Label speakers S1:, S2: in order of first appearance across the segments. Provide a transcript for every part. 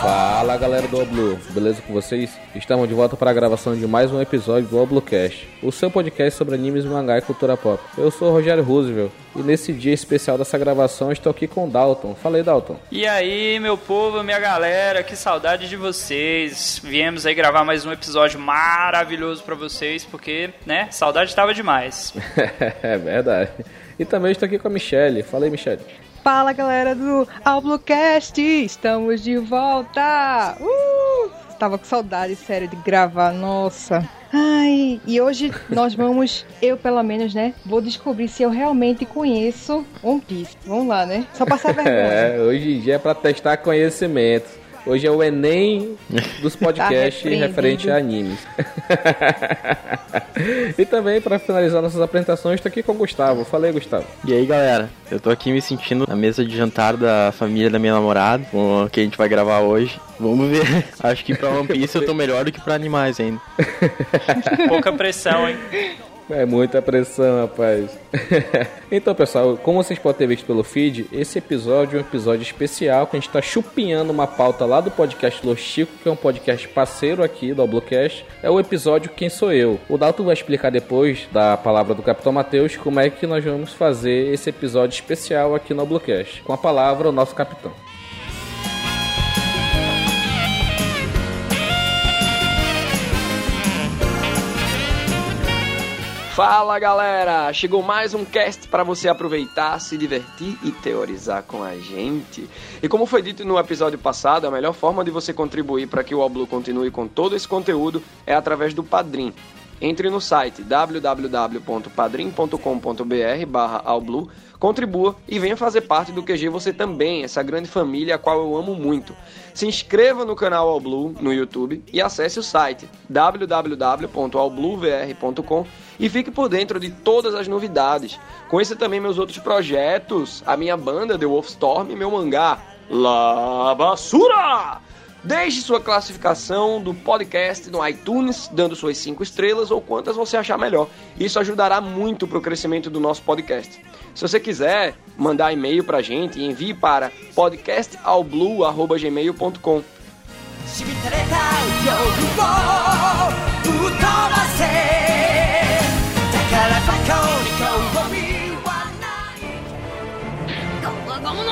S1: Fala galera do Oblu, beleza com vocês? Estamos de volta para a gravação de mais um episódio do Oblucast, o seu podcast sobre animes, mangá e cultura pop. Eu sou o Rogério Roosevelt e nesse dia especial dessa gravação estou aqui com o Dalton. Falei, Dalton.
S2: E aí, meu povo, minha galera, que saudade de vocês. Viemos aí gravar mais um episódio maravilhoso para vocês, porque, né, saudade tava demais.
S1: é verdade. E também estou aqui com a Michelle. Falei, Michelle.
S3: Fala galera do Alblucast, estamos de volta! Uh! Tava com saudade, sério, de gravar, nossa. Ai, e hoje nós vamos, eu pelo menos, né? Vou descobrir se eu realmente conheço One Piece. Vamos lá, né? Só passar vergonha.
S1: É, hoje em dia é pra testar conhecimento. Hoje é o Enem dos podcasts
S3: Tá
S1: referente a animes. e também, para finalizar nossas apresentações, estou aqui com o Gustavo. Falei, Gustavo.
S4: E aí galera, eu tô aqui me sentindo na mesa de jantar da família da minha namorada, com a que a gente vai gravar hoje. Vamos ver. Acho que pra One Piece eu tô melhor do que pra animais ainda.
S2: Pouca pressão, hein?
S1: É muita pressão, rapaz. então, pessoal, como vocês podem ter visto pelo feed, esse episódio é um episódio especial que a gente está chupinhando uma pauta lá do podcast Los Chico, que é um podcast parceiro aqui do Oblocast. É o episódio Quem Sou Eu. O Dalton vai explicar depois da palavra do Capitão Matheus como é que nós vamos fazer esse episódio especial aqui no Oblocast. Com a palavra, o nosso capitão.
S5: Fala galera! Chegou mais um cast para você aproveitar, se divertir e teorizar com a gente. E como foi dito no episódio passado, a melhor forma de você contribuir para que o Oblu continue com todo esse conteúdo é através do Padrim. Entre no site www.padrim.com.br barra Alblu, contribua e venha fazer parte do QG Você Também, essa grande família a qual eu amo muito. Se inscreva no canal Alblu no YouTube e acesse o site www.albluvr.com e fique por dentro de todas as novidades. Conheça também meus outros projetos, a minha banda The Wolfstorm e meu mangá La Basura! Deixe sua classificação do podcast no iTunes, dando suas 5 estrelas ou quantas você achar melhor. Isso ajudará muito para o crescimento do nosso podcast. Se você quiser mandar e-mail para a gente, envie para podcastalblue.gmail.com
S6: しびたれた夜をぶっ飛ばせだからバカに興味はないゴムゴムの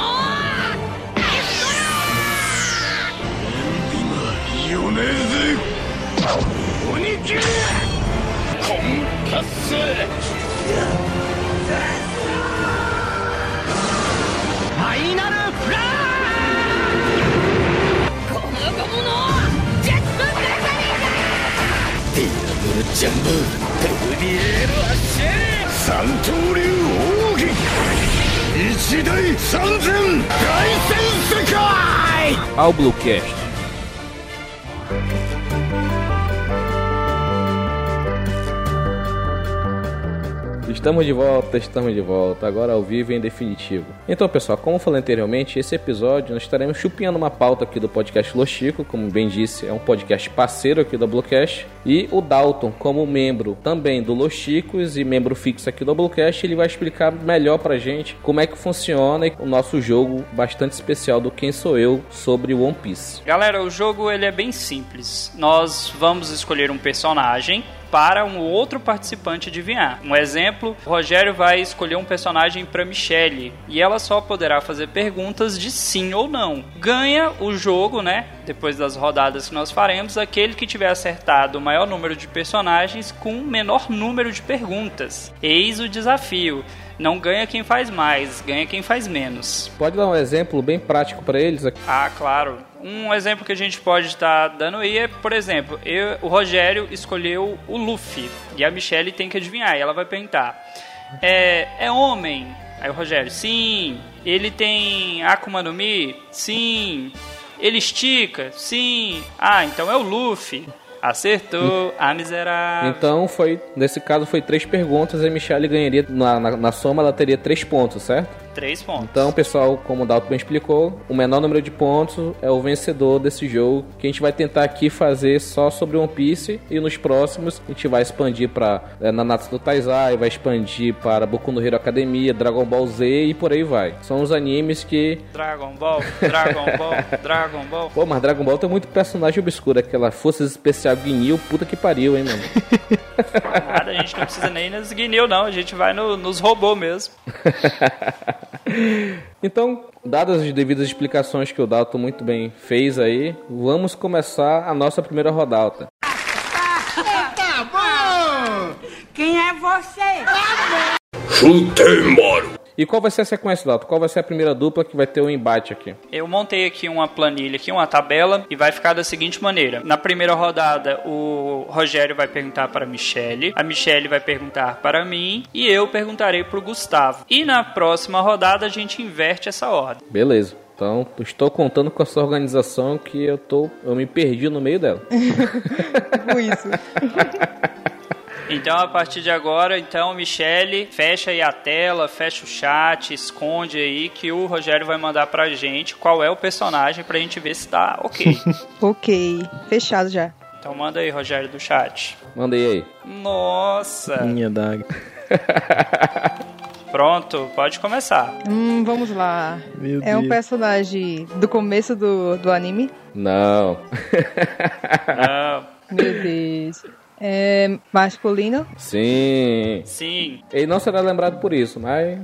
S6: ゴムゴムのジェットブレザリーだ
S7: 三刀流奥義一大三千大戦世界
S1: Ao Bluecast. Estamos de volta, estamos de volta, agora ao vivo e em definitivo. Então, pessoal, como eu falei anteriormente, esse episódio nós estaremos chupinhando uma pauta aqui do podcast Los Chico, como bem disse, é um podcast parceiro aqui do Bluecast. E o Dalton, como membro também do Los Chicos e membro fixo aqui do Bluecast, ele vai explicar melhor pra gente como é que funciona o nosso jogo bastante especial do Quem Sou Eu sobre One Piece.
S2: Galera, o jogo ele é bem simples. Nós vamos escolher um personagem para um outro participante adivinhar. Um exemplo, o Rogério vai escolher um personagem para Michelle e ela só poderá fazer perguntas de sim ou não. Ganha o jogo, né? Depois das rodadas que nós faremos, aquele que tiver acertado o maior número de personagens com o menor número de perguntas. Eis o desafio. Não ganha quem faz mais, ganha quem faz menos.
S1: Pode dar um exemplo bem prático pra eles aqui?
S2: Ah, claro. Um exemplo que a gente pode estar dando aí é, por exemplo, eu- o Rogério escolheu o Luffy e a Michelle tem que adivinhar. E ela vai perguntar: é, é homem? Aí o Rogério: sim. Ele tem Akuma no Mi? Sim. Ele estica? Sim. Ah, então é o Luffy. Acertou, a miserável.
S1: Então foi, nesse caso foi três perguntas e a Michelle ganharia na, na, na soma ela teria três pontos, certo?
S2: Três pontos.
S1: Então, pessoal, como o Dalton bem explicou, o menor número de pontos é o vencedor desse jogo, que a gente vai tentar aqui fazer só sobre One Piece e nos próximos a gente vai expandir para é, Nanatsu no Taizai, vai expandir para Boku no Hero Academia, Dragon Ball Z e por aí vai. São os animes que
S2: Dragon Ball, Dragon Ball, Dragon Ball.
S1: Pô, mas Dragon Ball tem muito personagem obscuro, aquela força especial Guinil, puta que pariu, hein, mano.
S2: Nada, a gente não precisa nem nos guinil, não. A gente vai no- nos robôs mesmo.
S1: Então, dadas as devidas explicações que o Dalton muito bem fez aí, vamos começar a nossa primeira rodada.
S8: Quem é você?
S1: E qual vai ser a sequência, Dalton? Qual vai ser a primeira dupla que vai ter o embate aqui?
S2: Eu montei aqui uma planilha, aqui uma tabela, e vai ficar da seguinte maneira. Na primeira rodada, o Rogério vai perguntar para a Michelle, a Michelle vai perguntar para mim, e eu perguntarei para o Gustavo. E na próxima rodada, a gente inverte essa ordem.
S1: Beleza. Então, estou contando com a sua organização que eu tô, eu me perdi no meio dela.
S3: Tipo isso.
S2: Então, a partir de agora, então, Michelle, fecha aí a tela, fecha o chat, esconde aí que o Rogério vai mandar pra gente qual é o personagem pra gente ver se tá ok.
S3: ok. Fechado já.
S2: então manda aí, Rogério, do chat.
S1: Mandei aí.
S2: Nossa!
S4: Minha daga.
S2: Pronto, pode começar.
S3: Hum, vamos lá.
S4: Meu
S3: é um
S4: Deus.
S3: personagem do começo do, do anime.
S1: Não.
S2: Não,
S3: Meu Deus. É masculino.
S1: Sim.
S2: sim,
S1: Ele não será lembrado por isso, mas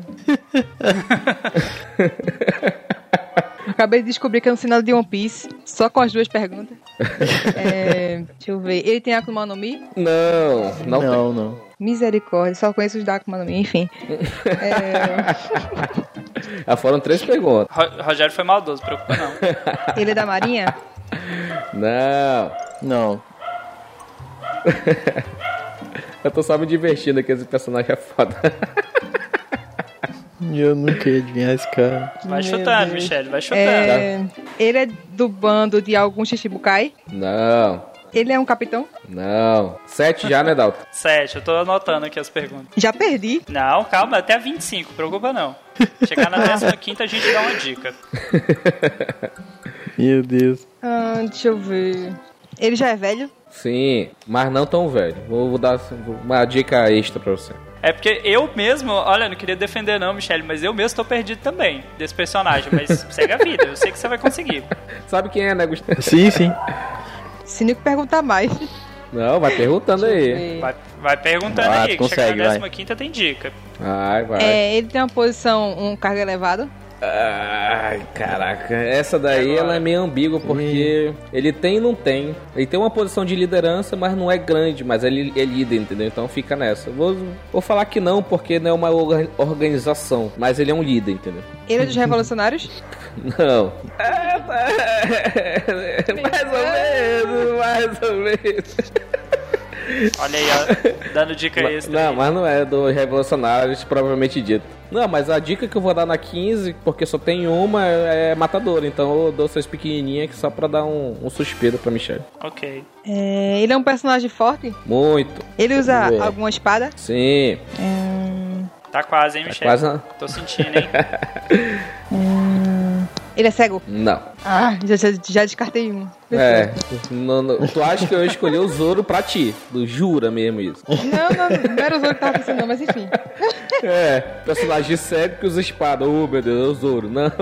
S3: Acabei de descobrir que é um sinal de One Piece. Só com as duas perguntas. É, deixa eu ver. Ele tem Akuma no Mi?
S1: não, não, tem.
S4: Não, não.
S3: Misericórdia. Só conheço os da Akuma no Mi. Enfim. É,
S1: Ah, foram três perguntas.
S2: Ro- Rogério foi maldoso, preocupa não.
S3: ele é da Marinha?
S1: Não.
S4: Não.
S1: Eu tô só me divertindo aqui, esse personagem é foda.
S4: Eu nunca ia adivinhar esse cara.
S2: Vai
S3: Meu
S2: chutando,
S3: Deus.
S2: Michelle, vai chutando.
S3: É, ele é do bando de algum Shichibukai?
S1: Não,
S3: Ele é um capitão?
S1: não. Sete já, né, Dalton?
S2: Sete, eu tô anotando aqui as perguntas.
S3: Já perdi.
S2: Não, calma, até 25, preocupa não. Chegar na 15 a gente dá uma dica.
S4: Meu Deus.
S3: Ah, deixa eu ver. Ele já é velho?
S1: Sim, mas não tão velho. Vou, vou dar uma dica extra pra você.
S2: É porque eu mesmo, olha, não queria defender não, Michelle, mas eu mesmo tô perdido também desse personagem, mas segue a vida, eu sei que você vai conseguir.
S1: Sabe quem é, né, Gustavo?
S4: Sim, sim.
S3: Se não perguntar mais.
S1: Não, vai perguntando aí.
S2: Vai, vai perguntando
S4: Vai,
S2: aí,
S4: tu
S2: que chegar
S4: consegue, vai.
S2: na 15 tem dica.
S1: Vai, vai.
S3: É, ele tem uma posição, um cargo elevado.
S1: Ai, caraca. Essa daí
S2: Agora.
S1: ela é meio ambígua porque ele tem e não tem. Ele tem uma posição de liderança, mas não é grande, mas ele é líder, entendeu? Então fica nessa. Vou, vou falar que não, porque não é uma orga- organização, mas ele é um líder, entendeu?
S3: Ele é dos revolucionários?
S1: Não. É, tá. mais ou menos, mais ou menos.
S2: Olha aí, ó, dando dica
S1: Ma-
S2: extra.
S1: Não,
S2: aí.
S1: mas não é do Revolucionários, provavelmente dito. Não, mas a dica que eu vou dar na 15, porque só tem uma, é matadora. Então eu dou essas pequenininhas que só pra dar um, um suspiro pra Michelle.
S2: Ok.
S3: É, ele é um personagem forte?
S1: Muito.
S3: Ele
S1: É.
S4: Deixa eu ver.
S3: usa alguma espada?
S1: Sim. É
S2: Tá quase, hein, Michelle?
S1: Quase não.
S2: Tô sentindo, hein?
S3: Ele é cego?
S1: Não.
S3: Ah, já, já, já descartei um. uma.
S1: É. não- não- tu acha que eu escolhi o Zoro pra ti? Tu jura mesmo isso?
S3: Não, não, não era o Zoro que tava pensando, não, mas enfim.
S1: É. Personagem sério que usa espada. Oh, meu Deus, é o Zoro. Não.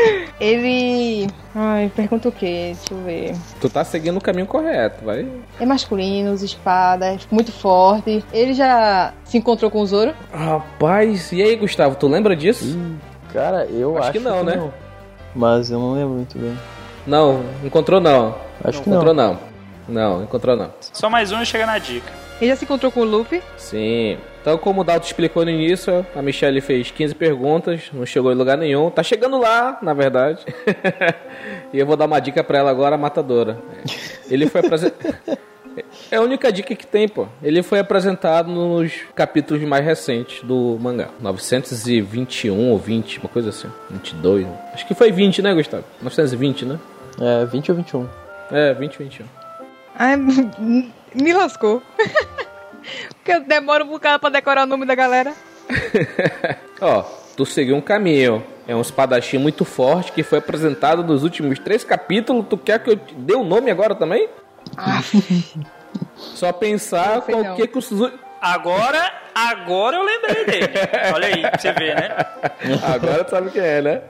S3: Ele. Ai, pergunta o quê? Deixa eu ver.
S1: Tu tá seguindo o caminho correto, vai.
S3: É masculino, usa espada, é muito forte. Ele já se encontrou com o Zoro?
S1: Rapaz, e aí, Gustavo? Tu lembra disso?
S4: Cara, eu
S1: Acho
S4: acho,
S1: que não, né?
S4: Mas eu não lembro muito bem.
S1: Não, encontrou não.
S4: Acho que
S1: Encontrou
S4: não.
S1: não. Não, encontrou não.
S2: Só mais um e chega na dica.
S3: Ele já se encontrou com o Luffy?
S1: Sim. Então, como o Dalton explicou no início, a Michelle fez 15 perguntas, não chegou em lugar nenhum. Tá chegando lá, na verdade. e eu vou dar uma dica pra ela agora, matadora. Ele foi apresentado. É a única dica que tem, pô. Ele foi apresentado nos capítulos mais recentes do mangá. 921 ou 20, uma coisa assim. 22. né? Acho que foi 20, né, Gustavo? 920, né?
S4: É, 20 ou 21.
S1: É, 20, 21.
S3: Ai, me lascou. Porque eu demoro um bocado pra decorar o nome da galera.
S1: Ó, tu seguiu um caminho. É um espadachim muito forte que foi apresentado nos últimos três capítulos. Tu quer que eu te dê o nome agora também? Só pensar
S3: Ah. Não sei
S1: qual
S3: não.
S1: que que os...
S2: Agora, agora eu lembrei dele. Olha aí, pra você ver, né?
S1: Agora tu sabe quem é, né?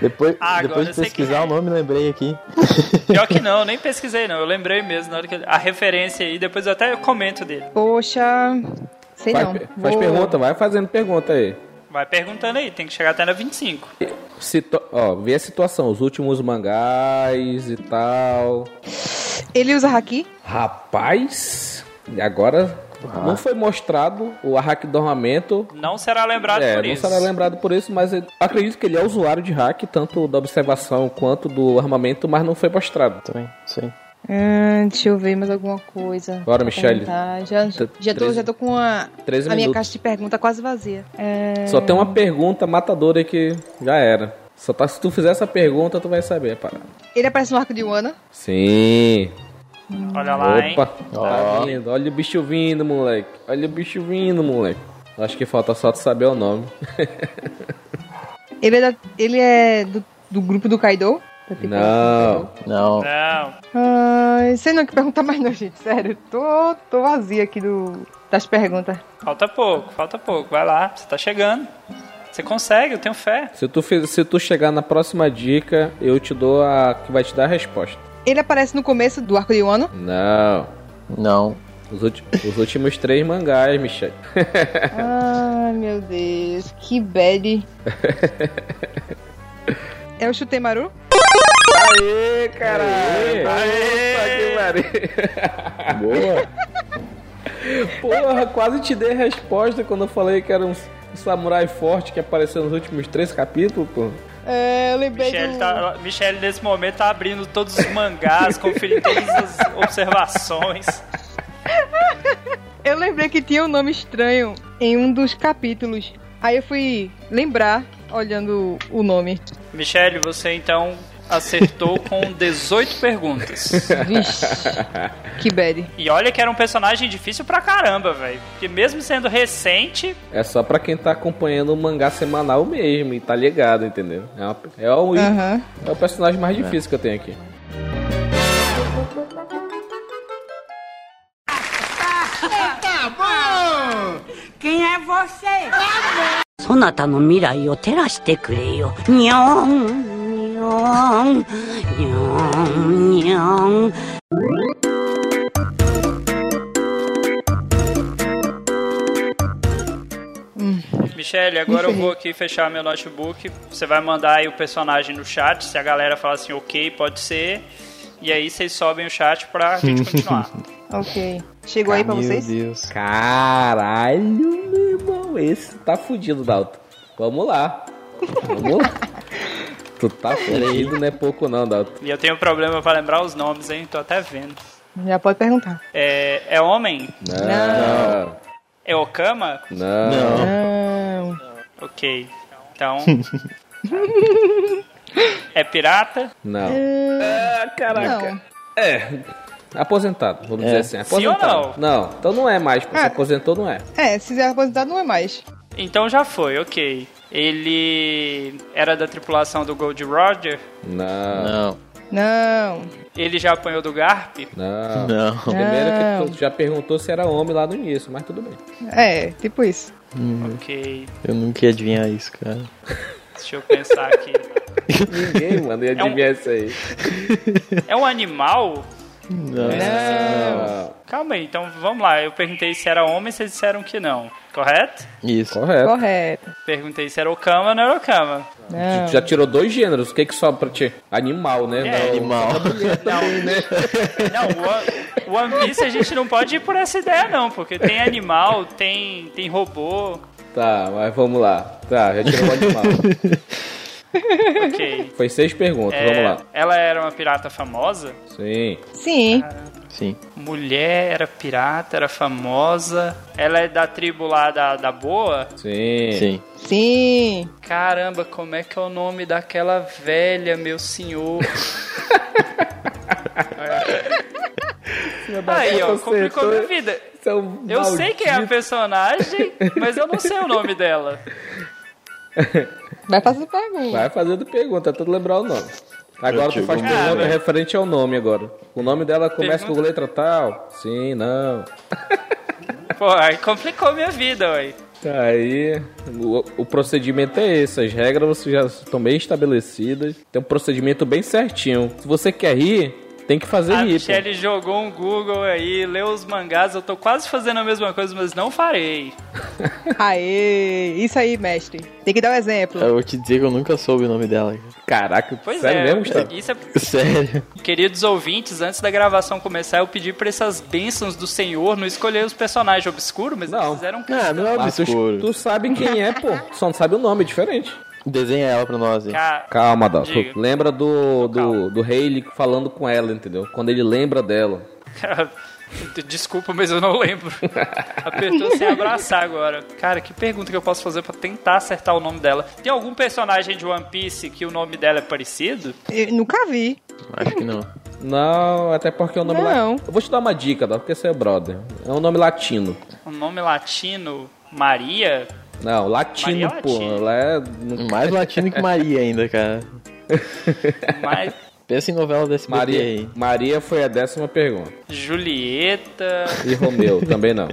S4: Depois,
S2: Ah, agora
S4: depois
S2: eu
S4: de
S2: sei quem
S4: pesquisar
S2: é.
S4: o nome, lembrei aqui.
S2: Pior que não, eu nem pesquisei não. Eu lembrei mesmo na hora que eu- a referência aí, depois eu até comento dele.
S3: Poxa, sei
S1: Faz,
S3: não.
S1: pe- faz
S3: Vou-
S1: pergunta, vai fazendo pergunta aí.
S2: Vai perguntando aí, tem que chegar até na 25.
S1: Situ... Ó, vê a situação, os últimos mangás e tal.
S3: Ele usa haki?
S1: Rapaz, e agora
S3: Ah.
S1: não foi mostrado o hack do armamento.
S2: Não será lembrado
S1: É,
S2: por
S1: não
S2: isso.
S1: será lembrado por isso, mas eu acredito que ele é usuário de hack, tanto da observação quanto do armamento, mas não foi mostrado.
S4: Também, isso aí.
S3: Hum, deixa eu ver mais alguma coisa.
S1: Bora,
S3: pra
S1: Michele.
S3: comentar. Já,
S1: Tre-
S3: já, tô,
S1: treze-
S3: já tô com a,
S1: treze
S3: a minha
S1: minutos.
S3: caixa de pergunta quase vazia. É,
S1: Só tem uma pergunta matadora que já era. Só tá, se tu fizer essa pergunta, tu vai saber, a parada.
S3: Ele aparece no arco de Wano.
S1: Sim.
S2: Olha lá, hein?
S1: Opa, tá vindo. Olha o bicho vindo, moleque. Olha o bicho vindo, moleque. Acho que falta só tu saber o nome.
S3: Ele é, da- ele é do, do grupo do Kaido? Tá tipo,
S1: Não.
S4: Não,
S2: Não,
S3: Ai, sei não o que perguntar mais não, gente. Sério, tô, tô vazia aqui do, das perguntas.
S2: falta pouco, falta pouco. Vai lá, você tá chegando. Você consegue, eu tenho fé.
S1: Se tu, fiz- se tu chegar na próxima dica, eu te dou a que vai te dar a resposta.
S3: Ele aparece no começo do arco de um Wano.
S1: Não.
S4: não.
S1: Os, ulti- os últimos três mangás, Michel.
S3: Ai, meu Deus, que bad. É o Chutemaru?
S1: Aê, caralho! Aê!
S4: Boa.
S1: Porra, quase te dei a resposta quando eu falei que era um samurai forte que apareceu nos últimos três capítulos, pô.
S3: É, eu lembrei
S2: Michelle,
S3: do...
S2: tá, Michele, nesse momento, tá abrindo todos os mangás, conferindo todas as observações.
S3: Eu lembrei que tinha um nome estranho em um dos capítulos. Aí eu fui lembrar, olhando o nome.
S2: Michele, você então acertou com 18 perguntas.
S3: Vixe, que bad.
S2: E olha que era um personagem difícil pra caramba, velho. Porque mesmo sendo recente,
S1: É só pra quem tá acompanhando o mangá semanal mesmo e tá ligado, entendeu? É, uma- é o,
S3: Aham.
S1: é o personagem mais difícil que eu tenho aqui.
S8: Quem é você?
S9: そなたの未来を照らしてくれよ。にゃーん、にゃーん、にゃーん、にゃーん。
S2: Michele, agora eu vou aqui fechar meu notebook. Você vai mandar aí o personagem no chat. Se a galera falar assim, ok, pode ser. E aí vocês sobem o chat pra gente continuar.
S3: Ok. Chegou aí pra vocês?
S4: Meu Deus.
S1: Caralho, meu irmão, esse tá fudido, Dalton. Vamos lá. Vamos lá. tu tá fudido, não é pouco não, Dalton.
S2: e eu tenho problema pra lembrar os nomes, hein? Tô até vendo.
S3: Já pode perguntar.
S2: É, é homem?
S1: Não,
S2: É Okama?
S1: não.
S3: Não.
S2: Ok. Então. é pirata?
S1: Não. Ah, caraca.
S3: Não.
S1: É. Aposentado, vamos dizer assim.
S2: Sim ou Ah.
S1: Aposentado. não? então não é mais. porque Se aposentou, não é.
S3: É, se quiser aposentado não é mais.
S2: Então já foi, ok. Ele era da tripulação do Gold Roger?
S1: Não.
S4: Não,
S3: Não.
S2: Ele já apanhou do Garp?
S1: Não.
S4: não.
S1: Primeiro
S3: Não.
S1: que tu já perguntou se era homem lá no início, mas tudo bem.
S3: É, tipo isso.
S1: Uhum.
S2: Ok.
S4: Eu nunca ia adivinhar isso, cara.
S2: Deixa eu pensar aqui.
S1: Ninguém, mano, ia
S2: um-
S1: adivinhar isso aí.
S2: É um animal?
S4: Não.
S1: Não.
S2: Calma aí, então vamos lá. Eu perguntei se era homem, vocês disseram que não, correto?
S4: Isso.
S1: Correto.
S3: Correto.
S2: Perguntei se era Okama, não era Okama.
S1: Tu
S3: Não.
S1: já tirou dois gêneros, o que que sobra pra ti? Animal, né?
S2: É,
S4: Mal.
S2: Não, o One- o One Piece a gente não pode ir por essa ideia não, porque tem animal, tem, tem robô.
S1: Tá, mas vamos lá. Tá, já tirou o animal.
S2: Ok.
S1: Foi seis perguntas,
S2: É,
S1: vamos lá.
S2: Ela era uma pirata famosa?
S1: Sim.
S3: Sim.
S4: Sim.
S2: Mulher, era pirata, era famosa. Ela é da tribo lá da, da boa?
S1: Sim.
S4: Sim.
S3: Sim.
S2: Caramba, como é que é o nome daquela velha, meu senhor? Aí, ó, complicou é minha vida. Eu sei quem é a personagem, mas eu não sei o nome dela.
S3: Vai fazer pergunta.
S1: Vai fazendo pergunta, tentando lembrar o nome. Agora tu faz pergunta
S2: Cara.
S1: referente ao nome agora. O nome dela começa com
S2: Pergunta.
S1: letra tal? Sim, não.
S2: Pô, aí complicou minha vida, ué.
S1: Tá aí. O, o procedimento é esse. As regras você já estão bem estabelecidas. Tem um procedimento bem certinho. Se você quer rir, tem que fazer
S2: A
S1: rir. pô.
S2: Michelle jogou um Google aí, leu os mangás, eu tô quase fazendo a mesma coisa, mas não farei.
S3: Aê, isso aí, mestre. Tem que dar o exemplo.
S4: Eu vou te dizer que eu nunca soube o nome dela. cara.
S1: Caraca,
S2: Pois
S1: sério
S2: é,
S1: mesmo, Gustavo?
S2: isso é
S4: Sério.
S2: Queridos ouvintes, antes da gravação começar, eu pedi pra essas bênçãos do Senhor não escolher os personagens obscuros, mas
S1: Não.
S2: eles fizeram um
S4: Ah, não é
S1: Ah, tu,
S4: obscuro.
S1: tu sabe quem é, pô. Só não sabe o nome, é diferente.
S4: Desenha ela pra nós aí.
S2: Ca-
S1: Calma, Dal.
S2: Diga.
S1: Tu Lembra do,
S2: calma.
S1: do, do Hayley falando com ela, entendeu? Quando ele lembra dela.
S2: Cara, Desculpa, mas eu não lembro. Apertou sem abraçar agora. Cara, que pergunta que eu posso fazer pra tentar acertar o nome dela? Tem algum personagem de One Piece que o nome dela é parecido?
S3: Eu nunca vi.
S4: Acho que não.
S1: Não, até porque é o nome
S3: Não.
S1: latino. Eu vou te dar uma dica, Dal, porque você é brother. É um nome latino.
S2: Um nome latino? Maria?
S1: Não, latino,
S2: Maria é
S1: pô.
S2: latina.
S1: Ela é. não-
S4: Mais latino que Maria ainda, cara.
S2: Mas
S4: Pensa em novela desse Maria
S1: Maria,
S4: aí.
S1: Maria foi a décima pergunta.
S2: Julieta?
S1: E Romeu também não.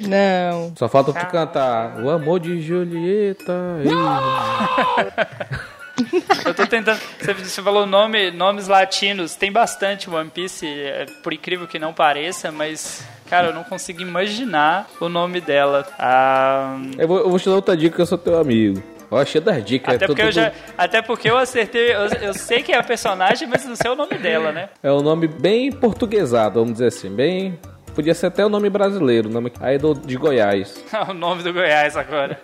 S3: Não.
S1: Só falta
S2: Tá.
S1: tu cantar O amor de Julieta. e-
S2: Eu tô tentando. Você, você falou nome, nomes latinos. Tem bastante One Piece, é, por incrível que não pareça, mas. Cara, eu não consigo imaginar o nome dela. Ah,
S1: Eu, vou, eu vou te dar outra dica que eu sou teu amigo. Ó, cheio das dicas.
S2: até,
S1: é,
S2: porque
S1: tudo-
S2: eu já, até porque eu acertei. Eu, eu sei que é a personagem, mas não sei o nome dela, né?
S1: é um nome bem portuguesado, vamos dizer assim. Bem. Podia ser até o nome brasileiro, o nome aí do, de Goiás.
S2: o nome do Goiás agora.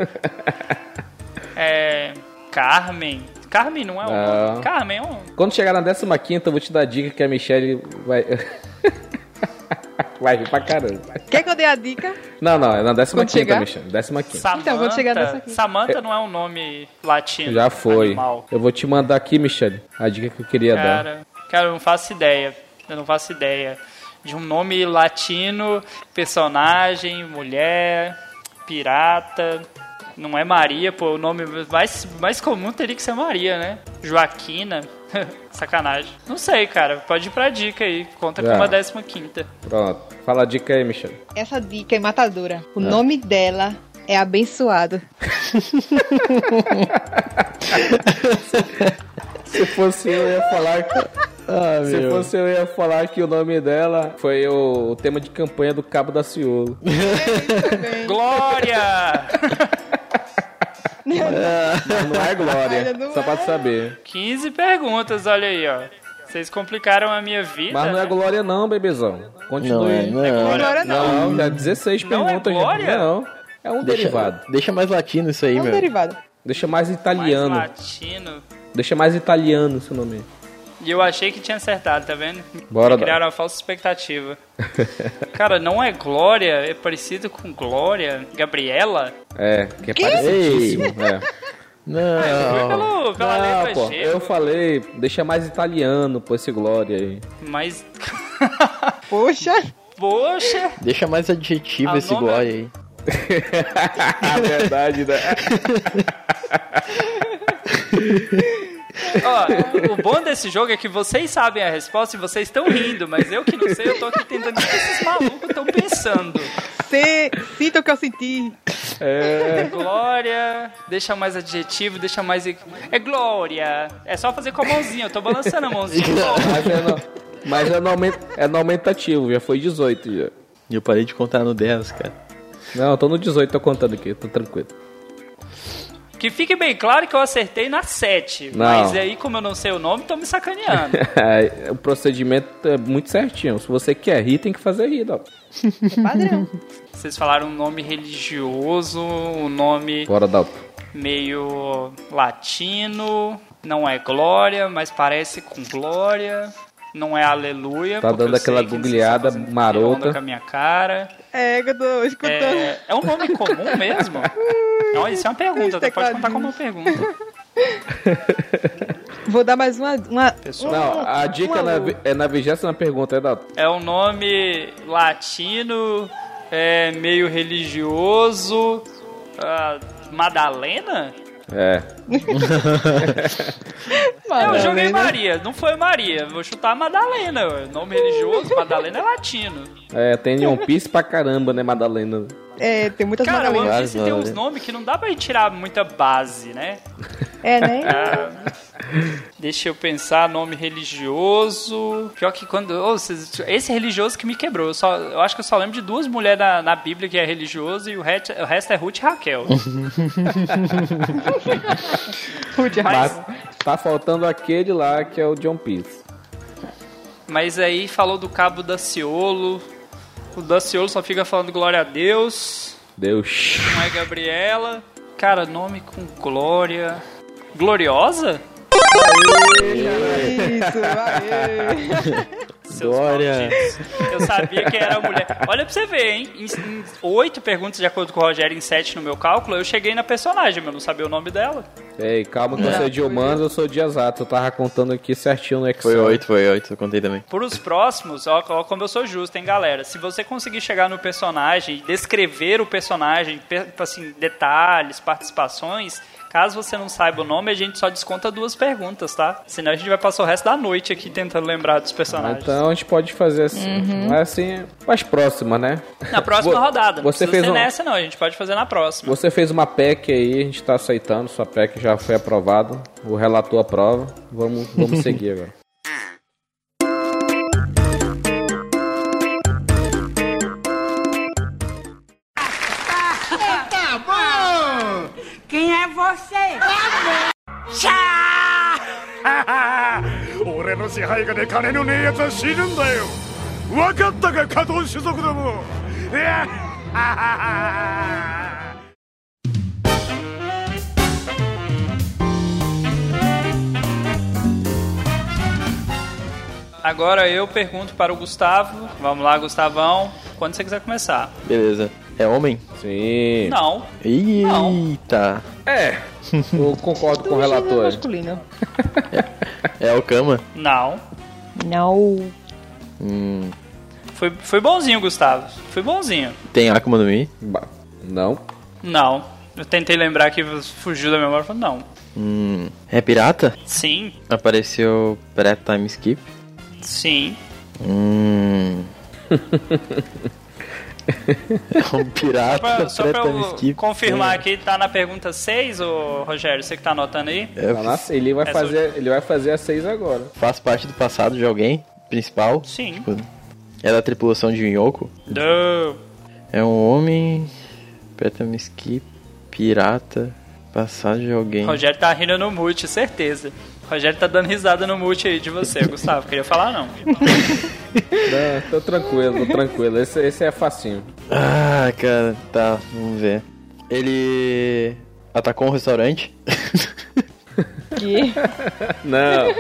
S2: É. Carmen. Carmen não é um
S1: Não.
S2: nome. Carmen é um.
S1: Quando chegar na 15 quinta, eu vou te dar a dica que a Michelle vai. vai vir pra caramba.
S3: Quer que eu dê a dica?
S1: Não, não, é na 15
S3: Quando
S1: quinta,
S3: chegar?
S1: Michelle. 15 quinta.
S2: Samantha.
S3: Então, vamos chegar nessa aqui.
S2: Samantha não é um nome latino.
S1: Já foi.
S2: Animal.
S1: Eu vou te mandar aqui, Michelle, a dica que eu queria dar.
S2: Cara, cara, eu não faço ideia. Eu não faço ideia. De um nome latino, personagem, mulher, pirata. Não é Maria, pô. O nome mais, mais comum teria que ser Maria, né? Joaquina. Sacanagem. Não sei, cara. Pode ir pra dica aí. Conta com
S1: Já.
S2: uma décima quinta.
S1: Pronto. Fala a dica aí, Michelle.
S3: Essa dica é matadora. O nome dela é abençoado.
S1: Se fosse eu, eu ia falar que.
S4: Ah,
S1: Se fosse eu, eu ia falar que o nome dela foi o, o tema de campanha do Cabo da Ciolo.
S2: Glória!
S1: Não é Glória.
S3: Ainda não
S1: só pra
S3: é.
S1: tu saber.
S2: 15 perguntas, olha aí, ó. Vocês complicaram a minha vida.
S1: Mas não é
S2: né?
S1: Glória, não, bebezão.
S4: Não, é,
S1: Continue.
S4: não.
S3: Agora não.
S1: Não, já 16
S2: Não é
S1: perguntas. já.
S2: Glória?
S1: Não. É um derivado.
S4: Deixa, deixa mais latino isso aí,
S3: É um
S4: meu.
S3: derivado.
S1: Deixa mais
S2: Mais
S1: italiano.
S2: latino.
S1: Deixa mais italiano seu nome.
S2: E eu achei que tinha acertado, tá vendo?
S1: Bora,
S2: Me Criaram uma falsa expectativa. Cara, não é Glória? É parecido com Glória? Gabriela?
S1: É, que é parecidíssimo. É.
S2: Ah,
S4: Não.
S2: Pelo, pela
S1: Ah,
S2: letra é né?
S1: pô,
S2: G.
S1: eu falei, deixa mais italiano, pô, esse Glória aí.
S2: Mas.
S3: Poxa,
S2: Poxa!
S4: Deixa mais adjetivo
S2: Ah, o
S4: esse
S2: nome é-
S4: glória aí.
S1: A verdade, né?
S2: Ó, o bom desse jogo é que vocês sabem a resposta e vocês estão rindo, mas eu que não sei, eu tô aqui tentando o que esses malucos estão pensando.
S3: cê, sinta o que eu senti.
S2: É Glória, deixa mais adjetivo, deixa mais. É Glória! É só fazer com a mãozinha, eu tô balançando a mãozinha.
S1: Mas é, no, mas é no, aument- é no aumentativo, já foi 18 já.
S4: E eu parei de contar no 10, cara.
S1: Não, eu tô no 18, tô contando aqui, tô tranquilo.
S2: Que fique bem claro que eu acertei na 7.
S1: Não.
S2: Mas aí, como eu não sei o nome, tô me sacaneando.
S1: É, o procedimento é muito certinho. Se você quer rir, tem que fazer rir, não.
S3: É padrão.
S2: Vocês falaram um nome religioso, um nome
S1: Bora, Dalton.
S2: meio latino. Não é glória, mas parece com glória. Não é aleluia.
S1: Tá
S2: porque eu
S1: dando
S2: sei
S1: aquela
S2: que vocês
S1: googleada
S2: estão fazendo
S1: marota.
S2: piada com a minha cara.
S3: É, que eu tô escutando.
S2: É, é um nome comum mesmo? Não, isso é uma pergunta. tá? Pode contar como uma pergunta.
S3: Vou dar mais uma. uma
S2: Pessoal.
S1: Não, a dica é na, vi- é na vigésima pergunta, é Dalton.
S2: É um nome latino, é meio religioso. ah, Madalena?
S1: É.
S2: É,
S3: né?
S2: eu joguei
S3: Madalena.
S2: Maria, não foi Maria. Vou chutar Madalena. ué. Nome religioso, Madalena é latino.
S1: É, tem One Piece pra caramba, né, Madalena?
S3: É, tem muitas
S2: Cara, o One
S3: Madalenas.
S2: Piece tem uns nomes que não dá pra tirar muita base, né?
S3: É, né?
S1: Ah.
S2: Deixa eu pensar, nome religioso. Pior que quando. ô, vocês- esse religioso que me quebrou. Eu, só, eu acho que eu só lembro de duas mulheres na, na Bíblia que é religioso e o, ret- o resto é Ruth e Raquel.
S3: Rude
S2: Mas-
S1: Tá faltando aquele lá que é o de One Piece.
S2: Mas aí falou do cabo Daciolo. O Daciolo só fica falando glória a Deus.
S1: Deus.
S2: Não é Gabriela. Cara, nome com glória. Gloriosa?
S3: Isso, aê.
S2: Seus
S4: Glória.
S2: malditos. Eu sabia que era mulher. Olha pra você ver, hein? Em, em oito perguntas, de acordo com o Rogério, em sete no meu cálculo, eu cheguei na personagem, mas eu não sabia o nome dela.
S1: Ei, calma que você é de humanos, eu sou de exato. Eu tava contando aqui certinho no Excel.
S4: Foi oito, foi oito, eu contei também.
S2: Pros próximos, ó, ó como eu sou justo, hein, galera? Se você conseguir chegar no personagem, descrever o personagem, pe- assim, detalhes, participações, caso você não saiba o nome, a gente só desconta duas perguntas, tá? Senão a gente vai passar o resto da noite aqui tentando lembrar dos personagens.
S1: Então a gente pode fazer assim, mas assim, mais próxima, né?
S2: na próxima
S1: vo-
S2: rodada, não
S1: você
S2: precisa
S1: fez
S2: ser
S1: um-
S2: nessa não, a gente pode fazer na próxima.
S1: Você fez uma PEC aí, a gente tá aceitando, sua PEC já foi aprovada, o relator aprova, vamos, vamos seguir agora.
S8: Quem é você?
S7: 俺の支配下で金のねえ奴は死ぬんだよ分かったか加藤種族どもいや
S2: Agora eu pergunto para o Gustavo. Vamos lá, Gustavão. Quando você quiser começar.
S4: Beleza. É homem?
S1: Sim,
S2: Não.
S4: Eita.
S1: eu concordo com o
S3: Do gênero
S1: relator.
S3: masculino.
S4: É o Cama?
S2: Não.
S3: Não.
S4: Hum,
S2: Foi, foi bonzinho, Gustavo. Foi bonzinho.
S4: tem Akuma no Mi?
S1: Ba- Não,
S2: Não. Eu tentei lembrar que fugiu da memória. Falei, não.
S4: Hum, é pirata?
S2: Sim.
S4: Apareceu pré-time skip?
S2: Sim.
S4: Hum. é um
S2: Só pra,
S4: pirata
S2: só pra
S4: pré-time
S2: eu
S4: skip.
S2: confirmar
S4: É.
S2: aqui, tá na pergunta 6, ô Rogério? Você que tá anotando aí?
S1: tá na- ele, vai
S2: Essa
S1: fazer, ele vai fazer a seis agora.
S4: É, Faz parte do passado de alguém? Principal?
S2: Sim.
S4: É da tripulação de Yoko?
S2: Não.
S4: É um homem. Pré-time skip. Pirata. Passado de alguém.
S2: Rogério tá rindo no mute, certeza. Rogério tá dando risada no mute aí de você, Gustavo. Queria falar, não.
S1: Não, tô tranquilo, tô tranquilo, esse, esse é facinho.
S4: Ah, cara, tá, vamos ver. Ele atacou um restaurante?
S3: Que?
S1: Não,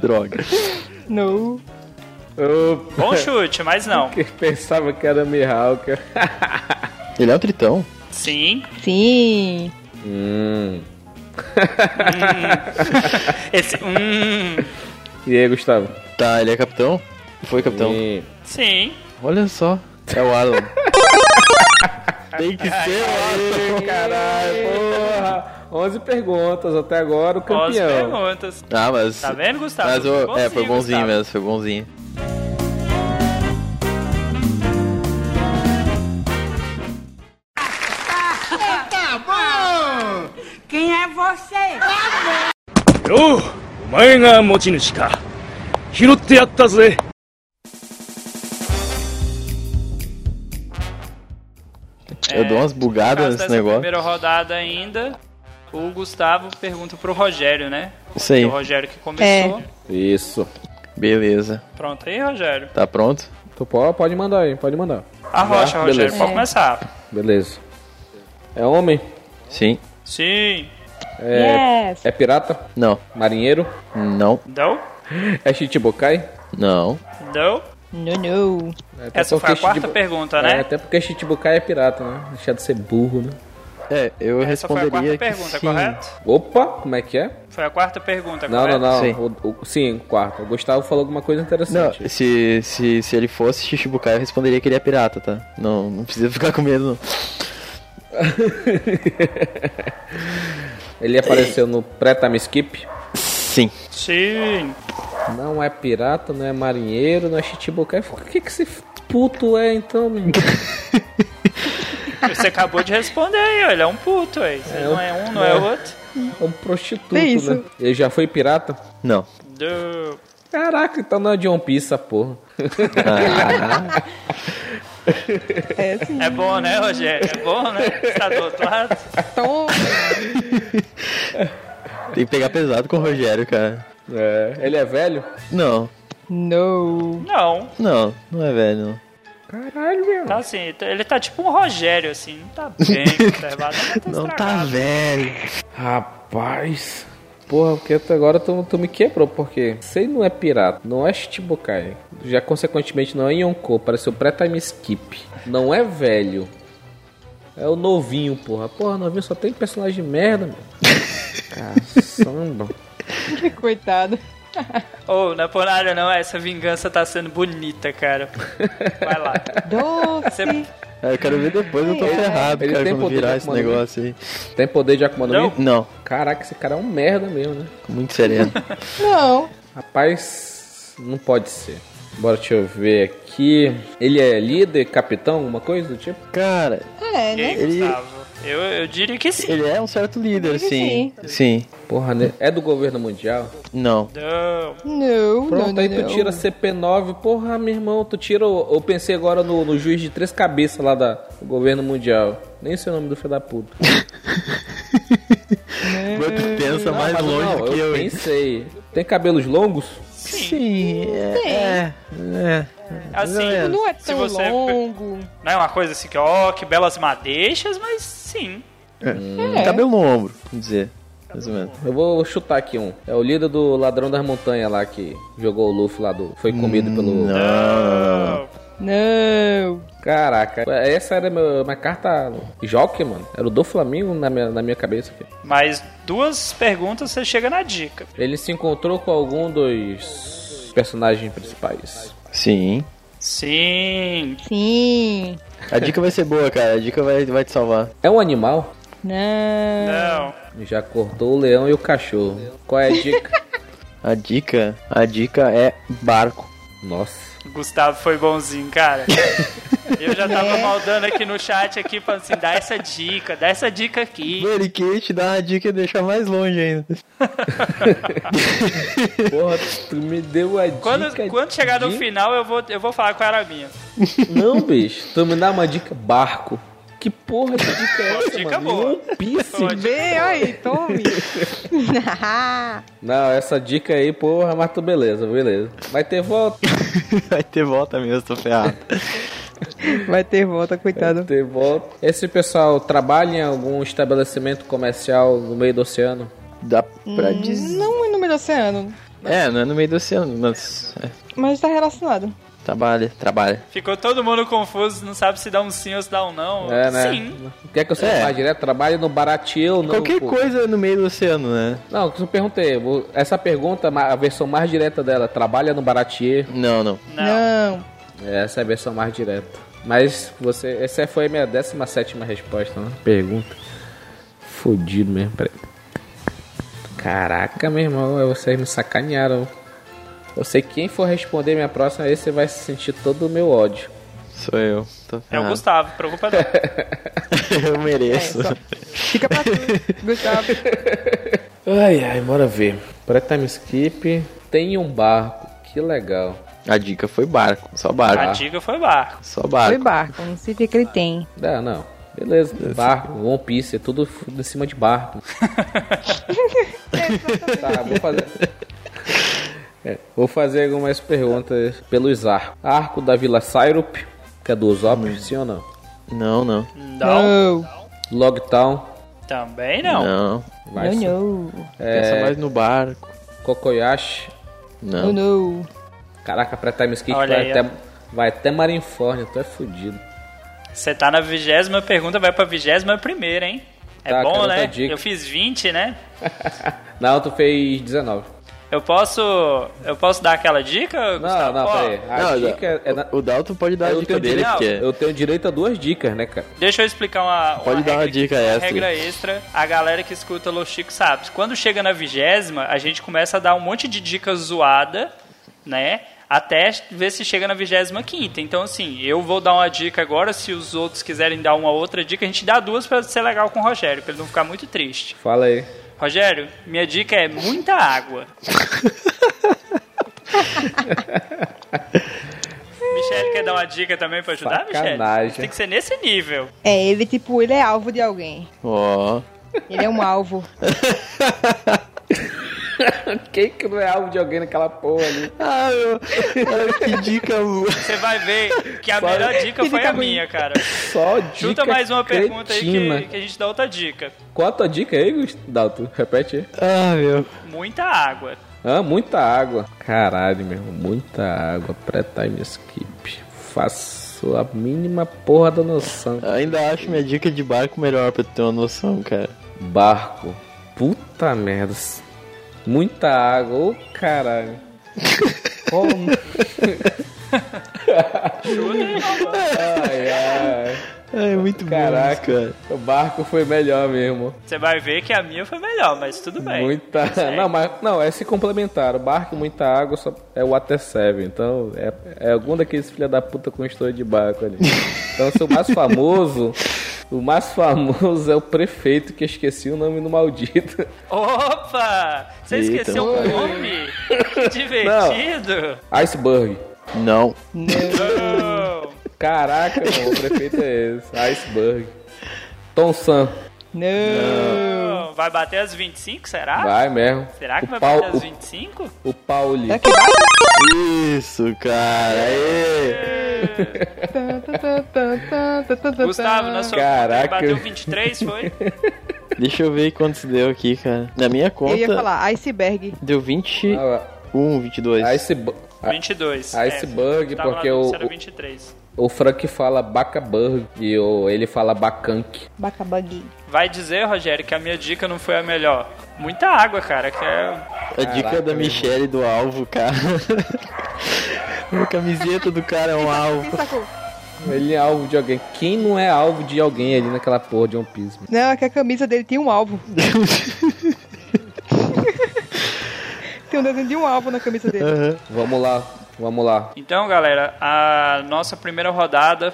S4: Droga.
S3: Não.
S1: eu
S2: Bom chute, mas não.
S1: que pensava que era Mihawk.
S4: Ele é um tritão?
S2: Sim.
S3: Sim.
S1: Hum.
S2: Esse. Hum.
S1: E aí, Gustavo?
S4: Tá, ele é capitão? Foi capitão.
S1: E-
S2: Sim.
S4: Olha só, é o Alan. Tem que ser o Alan.
S1: Caralho, porra! 11 perguntas até agora, o
S2: 11
S1: campeão.
S2: perguntas.
S4: Ah, mas.
S2: Tá vendo, Gustavo?
S4: Mas eu- é, foi bonzinho
S2: Gustavo.
S4: mesmo, foi bonzinho.
S8: Quem é você?
S7: よう お前が持ち主か拾ってやったぜ
S2: É,
S4: Eu dou umas
S2: No caso
S4: bugadas nesse
S2: dessa
S4: negócio.
S2: primeira rodada ainda, o Gustavo pergunta pro Rogério, né?
S4: Isso
S2: Que
S4: aí,
S2: o Rogério que começou.
S1: É. Isso.
S4: beleza.
S2: Pronto aí, Rogério.
S4: Tá pronto?
S1: Tu po- pode mandar aí, pode mandar.
S2: A rocha, Rogério,
S1: Ah, beleza.
S2: pode começar.
S1: Beleza. É homem?
S4: Sim.
S2: Sim.
S1: É,
S3: Yes.
S1: é pirata?
S4: Não.
S1: Marinheiro?
S4: Não.
S2: Deu?
S1: É Chichibukai?
S4: Não.
S2: Deu?
S3: Não, não.
S1: É, até
S2: Essa foi a
S1: porque
S2: quarta
S1: Chichibu-
S2: pergunta,
S1: É,
S2: né?
S1: até porque Chichibukai é pirata, né? Deixar de ser burro, né?
S4: É, eu
S2: Essa foi a
S4: responderia
S2: quarta
S4: que
S2: pergunta,
S4: sim.
S2: correto?
S1: Opa, como é que é?
S2: Foi a quarta pergunta, é?
S1: Não, não,
S2: correto?
S1: não.
S4: Sim.
S1: O, o, sim, quarta. O Gustavo falou alguma coisa
S4: Não,
S1: interessante.
S4: se, se, se ele fosse Shichibukai, eu responderia que ele é pirata, tá? Não, não precisa ficar com medo, não.
S1: Ele apareceu no pré-Timeskip.
S4: Sim.
S2: Sim.
S1: Não é pirata, não é marinheiro, não é Chichibukai. O que que esse puto é então, menino?
S2: Você acabou de responder aí, ele é um puto aí. Se não é um, não é, outro.
S1: É um prostituto,
S3: É isso.
S1: né? Ele já foi pirata?
S4: Não.
S2: Do...
S1: Caraca, então não é de One Piece essa porra.
S3: É assim.
S2: É bom, né, Rogério? É bom, né? Está do outro lado.
S3: Tom,
S4: Tem que pegar pesado com o Rogério, cara.
S1: É. Ele é velho?
S4: Não,
S3: no.
S2: Não,
S4: não, não é velho, não.
S1: Caralho, meu.
S2: tá assim, tá- ele tá tipo um Rogério, assim, não tá bem conservado, mas tá
S4: Não tá
S2: estragado.
S4: velho.
S1: Rapaz. Porra, porque até agora tu, tu me quebrou, porque se ele não é pirata, não é Shichibukai, já consequentemente não é Yonko, pareceu pré-time skip, não é velho, é o novinho, porra. Porra, novinho só tem personagem merda, meu. Caçamba.
S3: Que coitado.
S2: Ô, não é por nada não, essa vingança tá sendo bonita, cara. Vai lá.
S3: Doce.
S4: É, eu quero ver depois, eu tô ferrado,
S1: Ele
S4: cara,
S1: tem
S4: quando
S1: poder de
S4: virar esse
S1: comando, né?
S4: negócio aí.
S1: Tem poder de Akuma no Mi?
S2: Não.
S4: Não,
S1: Caraca, esse cara é um merda mesmo, né?
S4: muito sereno.
S3: Não.
S1: Rapaz, não pode ser. Bora, deixa eu ver aqui. Ele é líder, capitão, alguma coisa do tipo?
S4: Cara,
S3: É,
S2: E aí,
S3: né?
S4: Ele-
S2: Gustavo? Eu, eu diria que sim.
S4: ele é um certo líder, sim.
S3: sim.
S4: Sim.
S1: Porra, né? é do governo mundial?
S4: Não.
S2: Não.
S3: Não, não,
S1: Pronto, aí tu
S3: não.
S1: tira CP9. Porra, meu irmão, tu tira. o- Eu pensei agora no, no juiz de três cabeças lá da, do governo mundial. Nem sei o nome do filho da puta.
S4: Quanto pensa
S1: Não,
S4: mais
S1: mas
S4: longe
S1: não,
S4: do que eu. hein?
S1: pensei. Tem cabelos longos?
S4: Sim, é. É. é.
S2: Assim,
S4: é.
S3: Não é
S2: Se
S3: tão
S2: você-
S3: longo.
S2: não é uma coisa assim que, ó, que belas madeixas, mas sim.
S3: É.
S1: Tá
S4: Cabelo tá no ombro, vamos dizer. Mais ou menos.
S1: Eu vou chutar aqui um. É o líder do ladrão das montanhas lá que jogou o Luffy lá do. Foi comido pelo.
S2: Não.
S3: Não.
S1: Caraca, essa era meu, minha carta jockey, mano. Era o do Flamengo na minha, na minha cabeça. Filho.
S2: Mas duas perguntas você chega na dica.
S1: Ele se encontrou com algum dos personagens principais.
S4: Sim.
S2: Sim.
S3: Sim.
S4: A dica vai ser boa, cara. A dica vai, vai te salvar.
S1: É um animal?
S3: Não.
S2: Não.
S1: Já cortou o leão e o cachorro. Qual é a dica?
S4: A dica, a dica é barco.
S1: Nossa.
S2: Gustavo foi bonzinho, cara. Eu já tava maldando aqui no chat aqui, falando assim, dá essa dica, dá essa dica aqui.
S4: Mano, e quem te dá a dica e deixar mais longe ainda.
S1: Porra, tu me deu a
S2: Quando,
S1: dica.
S2: quando chegar no
S1: de-
S2: final, eu vou, eu vou falar qual era a minha.
S1: Não, bicho. Tu me dá uma dica barco. Que porra de dica é
S2: Uma
S1: essa,
S2: dica
S1: mano?
S2: boa.
S1: One Piece.
S2: Uma dica
S3: Vem aí, tome.
S1: Não, essa dica aí, porra, mas tu beleza, beleza. Vai ter volta.
S4: Vai ter volta mesmo, tô ferrado.
S3: Vai ter volta, coitado.
S1: Tem volta. Esse pessoal trabalha em algum estabelecimento comercial no meio do oceano?
S4: Dá pra dizer.
S3: Não é no meio do oceano,
S4: É, não é no meio do oceano, mas. é,
S3: mas tá relacionado.
S4: trabalha, trabalha.
S2: Ficou todo mundo confuso, não sabe se dá um sim ou se dá um não.
S1: É, né?
S2: Sim.
S1: Quer que eu seja
S4: É.
S1: mais direto? Trabalho no Baratil, no...
S4: Qualquer
S1: pô.
S4: coisa é no meio do oceano, né?
S1: Não, que eu perguntei. vou- Essa pergunta, ma- a versão mais direta dela, trabalha no Baratie.
S4: Não, não.
S2: Não.
S3: Não.
S1: Essa é a versão mais direta. Mas você. Essa foi a minha 17 resposta, né? Pergunta. Fudido mesmo, peraí. Caraca, meu irmão, é vocês me sacanearam. Eu sei que quem for responder minha próxima, aí você vai sentir todo o meu ódio.
S4: Sou eu. Tô
S2: É o
S4: ferrado.
S2: Gustavo, preocupa não.
S4: eu mereço.
S3: É, só- Fica pra tu, Gustavo.
S1: Ai, ai, bora ver. Pré-time skip. Tem um barco. Que legal.
S4: A dica foi barco. Só barco.
S2: A dica foi barco.
S4: Só
S3: Foi
S4: barco.
S3: barco, não sei o que que ele tem.
S1: Ah, não. Beleza. Barco, One Piece, é tudo f- em cima de barco. tá, vou fazer. É, vou fazer algumas perguntas pelos arcos. Arco da Vila Syrup, que é do Usopp, sim ou não?
S4: Não, não.
S2: Não.
S1: Logtown,
S2: Também não.
S4: Não.
S1: vai
S3: não,
S1: sim.
S3: não,
S4: Pensa mais no barco.
S1: Kokoyashi.
S3: não,
S4: Não.
S3: não.
S1: Caraca, pra time skate
S2: Olha
S1: vai
S2: aí,
S1: até, vai até Marineford, tu é fudido.
S2: Você tá na vigésima pergunta, vai pra vigésima primeira, hein? É
S1: Tá,
S2: bom,
S1: quero outra
S2: né?
S1: dica.
S2: Eu fiz 20, né?
S1: Não, tu fez 19.
S2: Eu posso. Eu posso dar aquela dica,
S1: Não,
S2: Gustavo?
S1: não,
S2: Ó,
S1: peraí. A
S4: Não,
S1: dica é- é. na-
S4: O Dalton pode dar a
S1: Eu
S4: dica
S1: tenho
S4: dele,
S2: direito.
S4: porque...
S1: Eu tenho direito a duas dicas, né, cara?
S2: Deixa eu explicar uma.
S4: Pode dar uma dica extra.
S2: regra extra. A galera que escuta Los Chico sabe. Quando chega na vigésima, a gente começa a dar um monte de dica zoada, né? Até ver se chega na vigésima quinta. Então, assim, eu vou dar uma dica agora. Se os outros quiserem dar uma outra dica, a gente dá duas pra ser legal com o Rogério, pra ele não ficar muito triste.
S1: Fala aí.
S2: Rogério, minha dica é muita água. Michele quer dar uma dica também pra ajudar, Michele?
S1: Sacanagem.
S2: Tem que ser nesse nível.
S3: É, ele, tipo, ele é alvo de alguém.
S4: Ó.
S3: Ele é um alvo.
S1: Quem que não é alvo de alguém naquela porra ali?
S4: Ah, meu. Olha que dica.
S2: Você vai ver que a melhor dica
S3: Que
S2: foi
S3: dica
S2: a
S3: ruim.
S2: minha, cara.
S1: Só tá dica
S2: Chuta mais uma pergunta aí
S1: cretina.
S2: que, que a gente dá outra dica.
S1: Qual a tua dica aí, Gustavo? Repete aí.
S4: Ah, meu.
S2: Muita água.
S1: Ah, muita água. Caralho, meu irmão. Muita água. Pré-time skip. Faço a mínima porra da noção.
S4: Ainda acho minha dica de barco melhor pra tu ter uma noção, cara.
S1: Barco. Puta merda. Muita água. Ô, caralho. Como? ai, ai.
S4: É muito
S1: Caraca.
S4: bom, isso, cara.
S1: O barco foi melhor mesmo.
S2: Você vai ver que a minha foi melhor, mas tudo bem.
S1: Muita.
S2: Segue.
S1: Não, mas não, é se complementar. O barco e muita água só é o até serve. Então, é, é algum daqueles filha da puta com história de barco ali. Então, se o mais famoso. O mais famoso é o prefeito que eu esqueci o nome do maldito.
S2: Opa! Você
S4: Eita,
S2: esqueceu o
S4: rapaz.
S2: nome? Que divertido!
S1: Iceberg.
S4: Não.
S2: Não.
S1: Caraca, mano, o prefeito é esse. Iceberg. Tom Sam.
S2: Não. Vai bater as 25, será?
S1: Vai mesmo.
S2: Ah, Será que
S1: o
S2: vai assim?
S1: pau-
S2: bater as 25?
S1: O, o Pauli.
S4: Isso, cara. Aê.
S2: Gustavo, na sua
S1: Caraca.
S2: conta, bateu 23, foi?
S4: Deixa eu ver quantos deu aqui, cara. Na minha
S3: Eu ia
S4: conta,
S3: falar iceberg.
S4: deu 21,
S1: Ah,
S4: 22.
S1: Iceb-
S2: 22.
S1: Iceberg,
S2: É. tava na
S1: porque
S2: dúvida se
S1: o-
S2: era
S1: o-
S2: 23.
S1: O Frank fala Bacaburg e o, ele fala Bacank.
S3: Bacabagui.
S2: Vai dizer, Rogério, que a minha dica não foi a melhor. Muita água, cara, que é...
S4: A dica da Michelle do alvo, cara. a camiseta do cara é um alvo.
S1: Ele é alvo de alguém. Quem não é alvo de alguém ali naquela porra de One Piece? mano?
S3: Não, é que a camisa dele tinha um alvo. Tem um desenho de um alvo na camisa dele.
S1: Vamos lá, vamos lá.
S2: Então, galera, a nossa primeira rodada,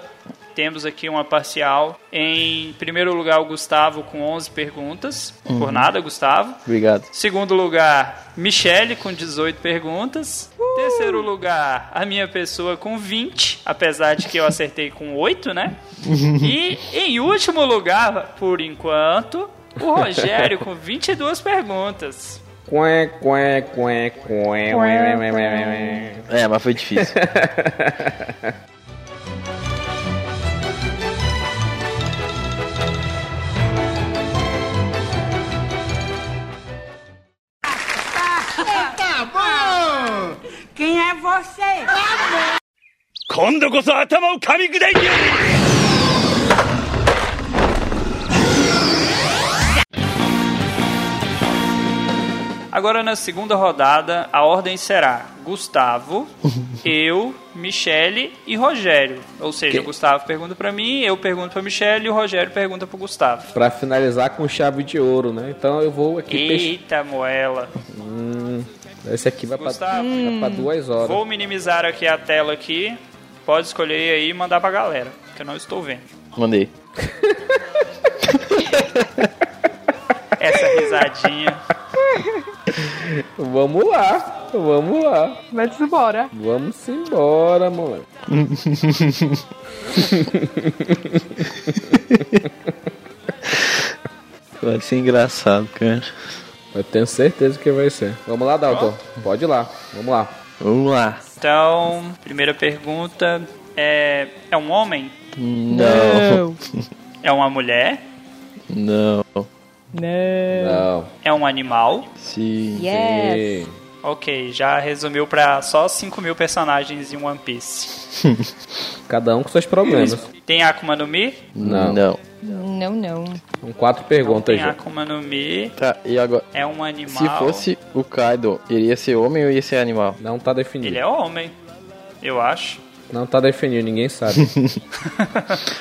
S2: temos aqui uma parcial. Em primeiro lugar, o Gustavo com 11 perguntas. Por nada, Gustavo.
S4: Obrigado.
S2: Segundo lugar, Michele com 18 perguntas. Terceiro lugar, a minha pessoa com 20, apesar de que eu acertei com 8, né? E em último lugar, por enquanto, o Rogério com 22 perguntas.
S1: Quê, quê, quê, quê, ué, ué, ué, ué, ué.
S4: É, mas foi difícil.
S8: Quem é você?
S7: 今度こそ頭を噛み砕いてやる
S2: Agora na segunda rodada, a ordem será Gustavo, eu, Michele e Rogério. Ou seja, o Gustavo pergunta pra mim, eu pergunto pra Michele e o Rogério pergunta pro Gustavo.
S1: Pra finalizar com chave de ouro, né? Então eu vou aqui. pes-
S2: Eita, moela.
S1: Esse aqui vai pra,
S2: Gustavo.
S1: vai pra duas horas.
S2: Vou minimizar aqui a tela aqui. Pode escolher aí e mandar pra galera, que eu não estou vendo.
S4: Mandei.
S2: Essa risadinha.
S1: Vamos lá, vamos lá.
S3: Vamos embora.
S1: Vamos embora, moleque.
S4: Vai ser engraçado, cara.
S1: Eu tenho certeza que vai ser. Vamos lá, Dalton. Pode ir lá, vamos lá.
S4: Vamos lá.
S2: Então, primeira pergunta é é um homem?
S4: Não.
S2: É uma mulher?
S4: Não.
S1: Não.
S2: É um animal?
S4: Sim.
S3: Yes.
S1: Ei.
S2: Ok, já resumiu pra só 5 mil personagens em One Piece.
S1: Cada um com seus problemas.
S2: Tem Akuma no Mi?
S1: Não.
S4: Não.
S3: não, não.
S1: São quatro perguntas
S2: Tem
S1: já.
S2: Akuma no Mi,
S4: Tá, e agora?
S2: é um animal.
S4: Se fosse o Kaido, iria ser homem ou ia ser animal?
S1: Não tá definido.
S2: Ele é homem, eu acho.
S1: Não tá definido, ninguém sabe.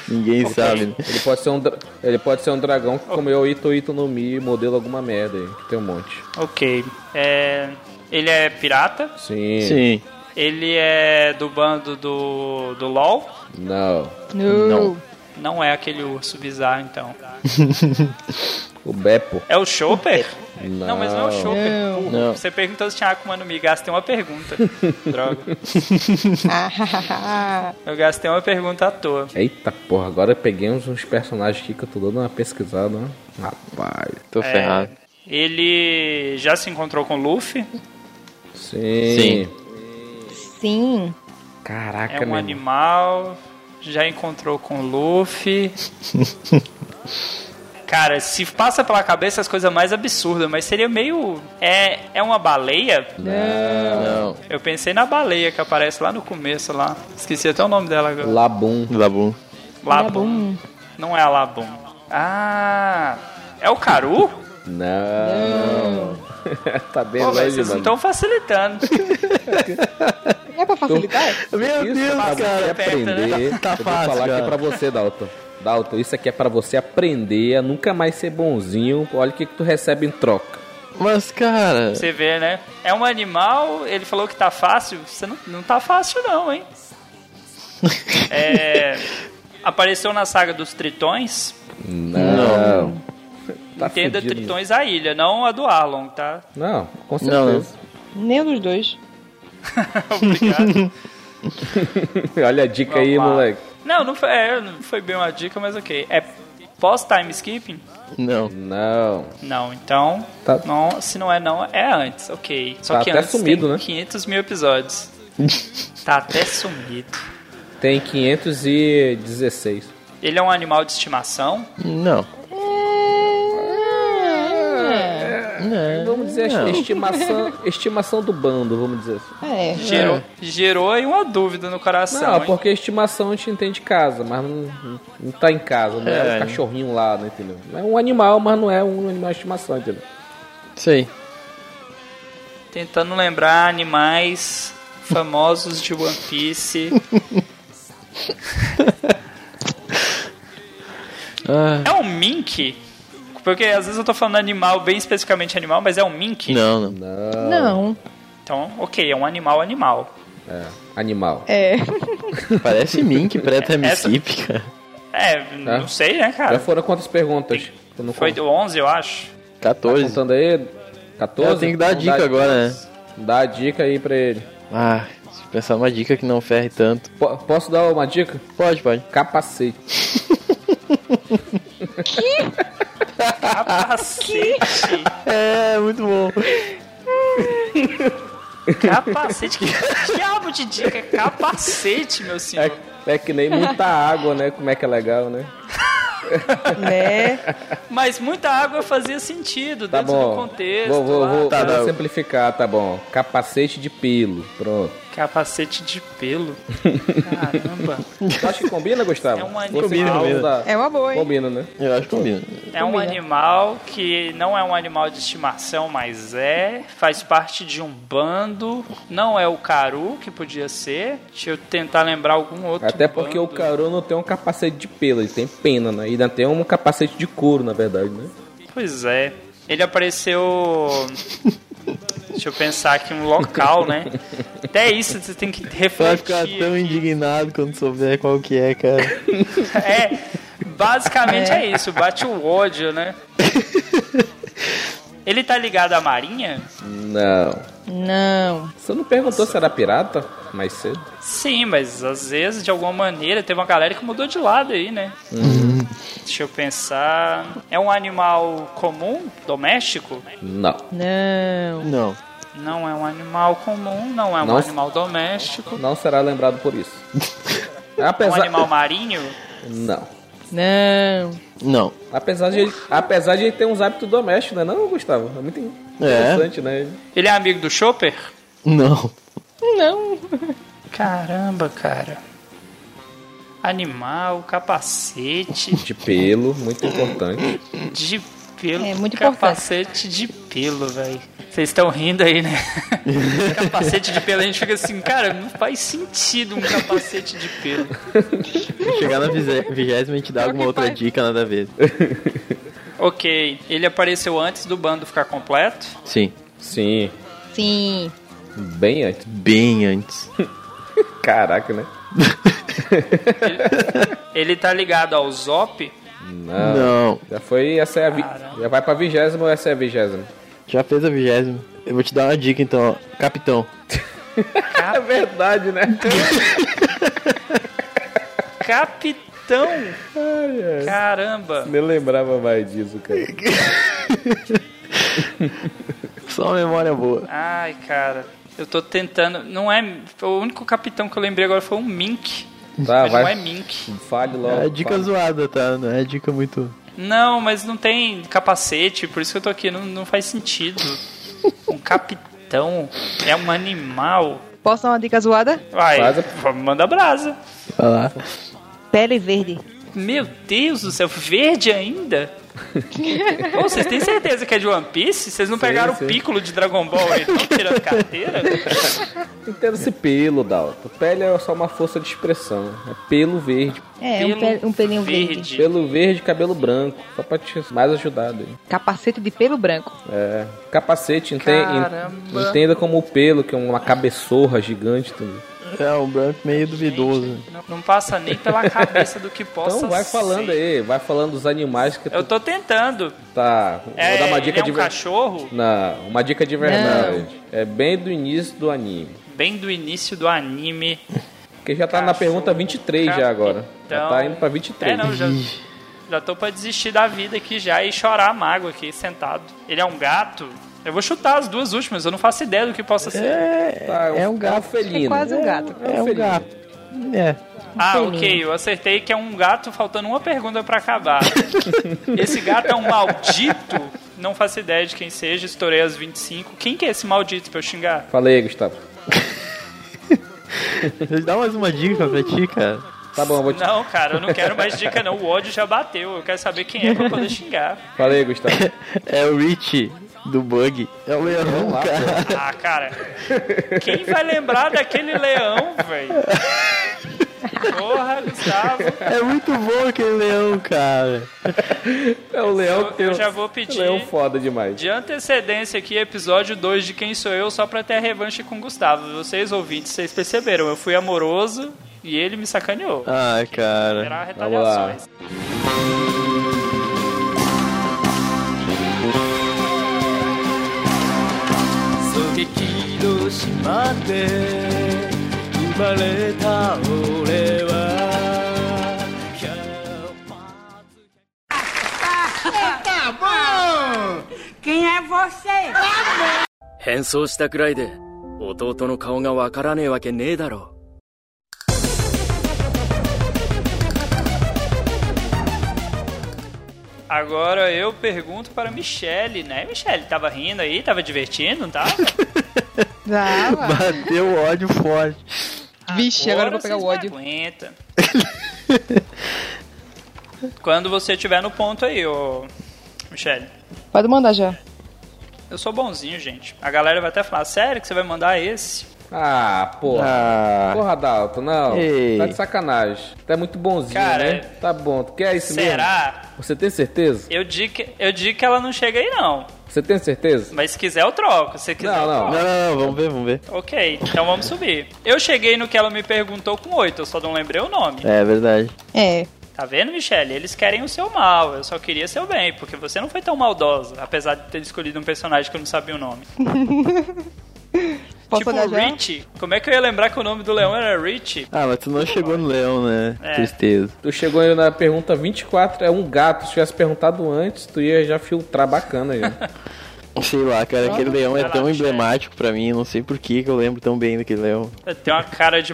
S4: Ninguém
S2: Ok.
S4: sabe. né?
S1: ele, pode ser um dra- ele pode ser um dragão que comeu Ito Ito no Mi modelo alguma merda aí, que tem um monte.
S2: Ok. É, ele é pirata,
S1: Sim.
S4: Sim.
S2: ele é do bando do, do LOL.
S1: Não.
S3: Não.
S2: Não é aquele urso bizarro, então.
S1: O Beppo.
S2: É o Chopper?
S1: Não.
S2: Não, mas não é o Chopper. Burro.
S4: Não.
S2: Você perguntou se tinha Akuma no Mi, gastei uma pergunta. Droga.
S3: Ah,
S2: Eu gastei uma pergunta à toa.
S1: Eita porra, agora peguemos uns personagens aqui que eu tô dando uma pesquisada, né? Rapaz.
S4: Tô ferrado.
S2: Ele já se encontrou com o Luffy,
S1: Sim.
S3: Sim.
S1: Caraca,
S2: é um
S1: meu irmão.
S2: animal, já encontrou com o Luffy. Cara, se passa pela cabeça as coisas mais absurdas, mas seria meio. É, é uma baleia?
S4: Não.
S2: Eu pensei na baleia que aparece lá no começo lá. Esqueci até o nome dela agora.
S1: Labum.
S4: Labum.
S2: Labum. Não é a Labum. Ah, é o Caru?
S1: Não. tá bem
S2: Pô, velho,
S1: longe,
S2: vocês não
S1: mano.
S2: estão facilitando.
S3: É pra facilitar?
S4: Meu
S1: Então, Isso
S4: Deus,
S1: pra você
S4: cara.
S1: aprender.
S4: Tá
S1: eu vou
S4: fácil,
S1: falar aqui
S4: cara.
S1: pra você, Dalton. Dalton, isso aqui é pra você aprender a nunca mais ser bonzinho. Olha o que, que tu recebe em troca.
S4: Mas, cara.
S2: Você vê, né? É um animal, ele falou que tá fácil. Você não, não tá fácil, não, hein? É, apareceu na saga dos tritões.
S1: Não. Tá
S2: Entenda
S1: fudido.
S2: tritões à ilha, não a do Arlong, tá?
S1: Não, com
S4: Não.
S1: certeza.
S3: Nem um dos dois.
S2: Obrigado.
S4: né?
S1: Olha a dica aí,
S2: Vamos lá.
S1: moleque.
S2: Não, não foi, é, não foi bem uma dica, mas ok. É pós-time skipping?
S4: Não.
S1: Não.
S2: Não, então.
S1: Tá.
S2: Não, se não é não, é antes, ok. Só
S1: Tá
S2: que
S1: até
S2: antes
S1: sumido,
S2: tem
S1: né?
S2: 500 mil episódios. tá até sumido.
S1: Tem 516.
S2: Ele é um animal de estimação?
S4: Não.
S3: Ah,
S4: Não.
S1: Vamos dizer
S4: Não.
S1: estimação, estimação do bando, vamos dizer assim.
S3: É.
S2: Gerou, gerou aí uma dúvida no coração.
S1: Não,
S2: hein?
S1: porque estimação a gente entende casa, mas não, não tá em casa, não é,
S4: É.
S1: um cachorrinho lá, né, entendeu? É um animal, mas não é um animal de estimação, entendeu?
S4: Sei.
S2: Tentando lembrar animais famosos de One Piece.
S4: Ah.
S2: É um mink? Porque às vezes eu tô falando animal, bem especificamente animal, mas é um mink?
S4: Não, não.
S3: Não.
S2: Então, ok, é um animal animal.
S1: Animal.
S3: É.
S4: Parece mim que preta me
S2: Essa-
S4: skip, cara.
S2: É, não sei, né,
S1: Já
S2: cara?
S1: foram quantas perguntas? Tu não
S2: Foi
S1: conta-
S2: do 11, eu acho.
S4: 14.
S1: contando aí? 14?
S4: Eu tenho que dar a
S1: Então
S4: dica
S1: dá-
S4: agora, né?
S1: Dá a dica aí pra ele.
S4: Ah, se pensar uma dica que não ferre tanto.
S1: Po- posso dar uma dica?
S4: Pode, pode.
S1: Capacete.
S2: Capacete.
S4: É, muito bom.
S2: capacete. Que diabo de dica é capacete, meu senhor?
S1: É, é que nem muita água, né? Como é que é legal, né?
S3: Né?
S2: Mas muita água fazia sentido
S1: Tá
S2: dentro
S1: bom.
S2: do contexto.
S1: vou vou,
S2: lá.
S1: vou,
S4: Tá,
S1: vou
S4: tá.
S1: simplificar, tá bom. Capacete de pelo. Pronto.
S2: Capacete de pelo. Caramba.
S1: Tu acha que combina, Gustavo?
S2: É um
S1: Você
S2: animal.
S1: que
S4: Combina,
S1: não dá-
S3: É uma boa, hein?
S1: Combina, né?
S4: Eu acho que combina.
S2: É um animal que não é um animal de estimação, mas é. Faz parte de um bando. Não é o Caru, que podia ser. Deixa eu tentar lembrar algum outro.
S1: Até porque o
S2: bando.
S1: Caru não tem um capacete de pelo, ele tem pena, né? E ainda tem um capacete de couro, na verdade, né?
S2: Pois é. Ele apareceu. Deixa eu pensar aqui um local, né? Até isso você tem que
S4: Tu vai é. ficar
S2: refletir.
S4: tão indignado quando souber qual que é, cara.
S2: É, basicamente é. isso, bate o ódio, né? Ele tá ligado à marinha?
S1: Não.
S3: Não.
S1: Você não perguntou se era pirata mais cedo?
S2: Sim, mas às vezes, de alguma maneira, teve uma galera que mudou de lado aí, né? Deixa eu pensar. É um animal comum, doméstico?
S1: Não.
S3: Não.
S4: Não.
S2: Não é um animal comum, não é um
S1: Não.
S2: animal doméstico.
S1: Não será lembrado por isso.
S2: É um
S1: Apesar...
S2: animal marinho?
S1: Não.
S3: Não.
S4: Não.
S1: Apesar de, ele, apesar de ele ter uns hábitos domésticos, né? Não, Gustavo? É muito interessante, né?
S2: Ele é amigo do Chopper?
S4: Não.
S3: Não.
S2: Caramba, cara. animal, capacete
S1: De pelo, muito importante.
S2: de pelo.
S3: É, muito importante.
S2: capacete de pelo, velho. Vocês estão rindo aí, né? capacete de pelo, a gente fica assim, cara, não faz sentido um capacete de pelo.
S4: Se chegar na vise- vigésima e te dar alguma outra dica, nada a ver.
S2: Ok, ele apareceu antes do bando ficar completo.
S4: Sim.
S1: Sim,
S3: Sim.
S1: bem antes.
S4: Bem antes.
S1: Caraca, né?
S2: Ele tá ligado ao Zop.
S4: Ah.
S1: Não.
S4: Não.
S1: Já foi, essa é a vi... Já vai pra vigésima ou essa é a vigésima?
S4: Já fez a vigésima. Eu vou te dar uma dica então, ó. Capitão.
S1: É verdade, né?
S2: Capitão! Caramba!
S1: Nem lembrava mais disso, cara.
S4: Só uma memória boa.
S2: Ai, cara, eu tô tentando. Não é. O único capitão que eu lembrei agora foi um Mink.
S1: Tá,
S2: mas não é
S1: vai.
S2: Mink.
S1: Fale logo.
S4: É a dica
S1: fale.
S4: zoada, tá? Não é a dica muito.
S2: Não, mas não tem capacete, por isso que eu tô aqui. Não, não faz sentido. Um capitão é um animal.
S3: Posso dar uma dica zoada?
S2: Vai,
S1: Brasa.
S2: vamos manda brasa.
S4: Vai lá.
S3: Pele verde.
S2: Meu Deus do céu, verde ainda? Pô, vocês têm certeza que é de One Piece? Vocês não pegaram
S1: sim.
S2: o Piccolo de Dragon Ball aí, não tirando carteira?
S1: Entenda esse pelo, Dalton. Pele é só uma força de expressão. É pelo verde.
S3: É, um, pe- um pelinho verde.
S1: Pelo verde, cabelo branco. Só pra te mais ajudar daí.
S3: Capacete de pelo branco.
S1: É. Capacete, ente... en-
S2: Caramba.
S1: entenda como o pelo, que é uma cabeçorra gigante. também.
S4: É um branco meio duvidoso.
S2: Não, não passa nem pela cabeça do que possa
S1: Então vai
S2: ser.
S1: falando aí, vai falando dos animais que
S2: Eu
S1: tu
S2: tô tentando.
S1: tá.
S2: É,
S1: Vou dar uma
S2: ele
S1: dica
S2: é
S1: de
S2: um
S1: verdade.
S2: cachorro
S1: Não, uma dica de verdade. É bem do início do anime.
S2: bem do início do anime.
S1: Porque já tá na
S2: Cachorro,
S1: pergunta 23 já agora. Já
S2: capitão.
S1: tá indo pra 23.
S2: É, não, já, já tô pra desistir da vida aqui já e chorar mago aqui, sentado. Ele é um gato. Eu vou chutar as duas últimas, eu não faço ideia do que possa ser.
S4: É,
S1: Tá,
S4: é um gato.
S1: felino.
S3: É quase um gato.
S4: É um gato. É.
S2: Ah,
S3: felino.
S2: ok, eu acertei que é um gato faltando uma pergunta pra acabar. esse gato é um maldito? Não faço ideia de quem seja, estourei as 25. Quem que é esse maldito pra eu xingar?
S1: Fala aí, Gustavo.
S4: Dá mais uma dica pra ti, cara.
S1: Tá bom, eu vou te.
S2: Não, cara, eu não quero mais dica não. O ódio já bateu. Eu quero saber quem é pra poder xingar.
S1: Fala aí, Gustavo.
S4: É o Rich do Bug. É o leão, cara.
S2: Ah, cara. Quem vai lembrar daquele leão, velho? Porra, Gustavo.
S4: É muito bom aquele leão, cara.
S1: É o leão que tem.
S2: Eu
S1: um-
S2: já vou pedir.
S1: Leão foda demais.
S2: De antecedência aqui, episódio 2 de Quem Sou Eu, só pra ter a revanche com o Gustavo. Vocês ouvintes, vocês perceberam, eu fui amoroso e ele me sacaneou.
S4: Ah, cara.
S2: Terá
S1: Vamos lá.
S2: retaliações.
S8: Tá bom! Quem é você?
S10: 変装したくらいで弟の顔がわからねえわけねえだろ
S2: Agora eu pergunto para Michele, né? Michele, tava rindo aí? Tava divertindo, tá? não tava?
S3: Ah,
S4: Bateu ódio forte.
S3: Vixe, agora eu vou
S2: vocês
S3: pegar o
S2: me
S3: ódio.
S2: aguentam. Quando você estiver no ponto aí, ô Michele.
S3: Pode mandar já.
S2: Eu sou bonzinho, gente. A galera vai até falar, sério que você vai mandar esse?
S1: Ah, porra.
S4: Ah,
S1: Porra, Dalton, não.
S4: Ei.
S1: Tá de sacanagem. Tá muito bonzinho,
S2: Cara,
S1: né? Tá bom. Tu quer isso mesmo?
S2: Será?
S1: Você tem certeza?
S2: Eu digo, que, eu digo que ela não chega aí, não.
S1: Você tem certeza?
S2: Mas se quiser, eu troco. Se quiser,
S1: Não,
S2: eu
S1: não.
S4: não,
S2: troco.
S4: não, não, vamos ver, vamos ver.
S2: Ok, então vamos subir. Eu cheguei no que ela me perguntou com oito, eu só não lembrei o nome.
S4: É verdade.
S3: É.
S2: Tá vendo, Michelle? Eles querem o seu mal. Eu só queria seu bem, porque você não foi tão maldosa, apesar de ter escolhido um personagem que eu não sabia o nome.
S3: Posso
S2: tipo
S3: olhar já?
S2: Rich. Como é que eu ia lembrar que o nome do leão era Rich?
S4: Ah, mas tu não chegou no leão, né?
S2: É.
S4: Tristeza.
S1: Tu chegou aí na pergunta 24, é um gato. Se tivesse perguntado antes, tu ia já filtrar bacana né? já.
S4: Sei lá, cara, aquele leão é
S2: Vai lá,
S4: tão
S2: Michele.
S4: emblemático pra mim, não sei por que que eu lembro tão bem daquele leão.
S2: Tem uma cara de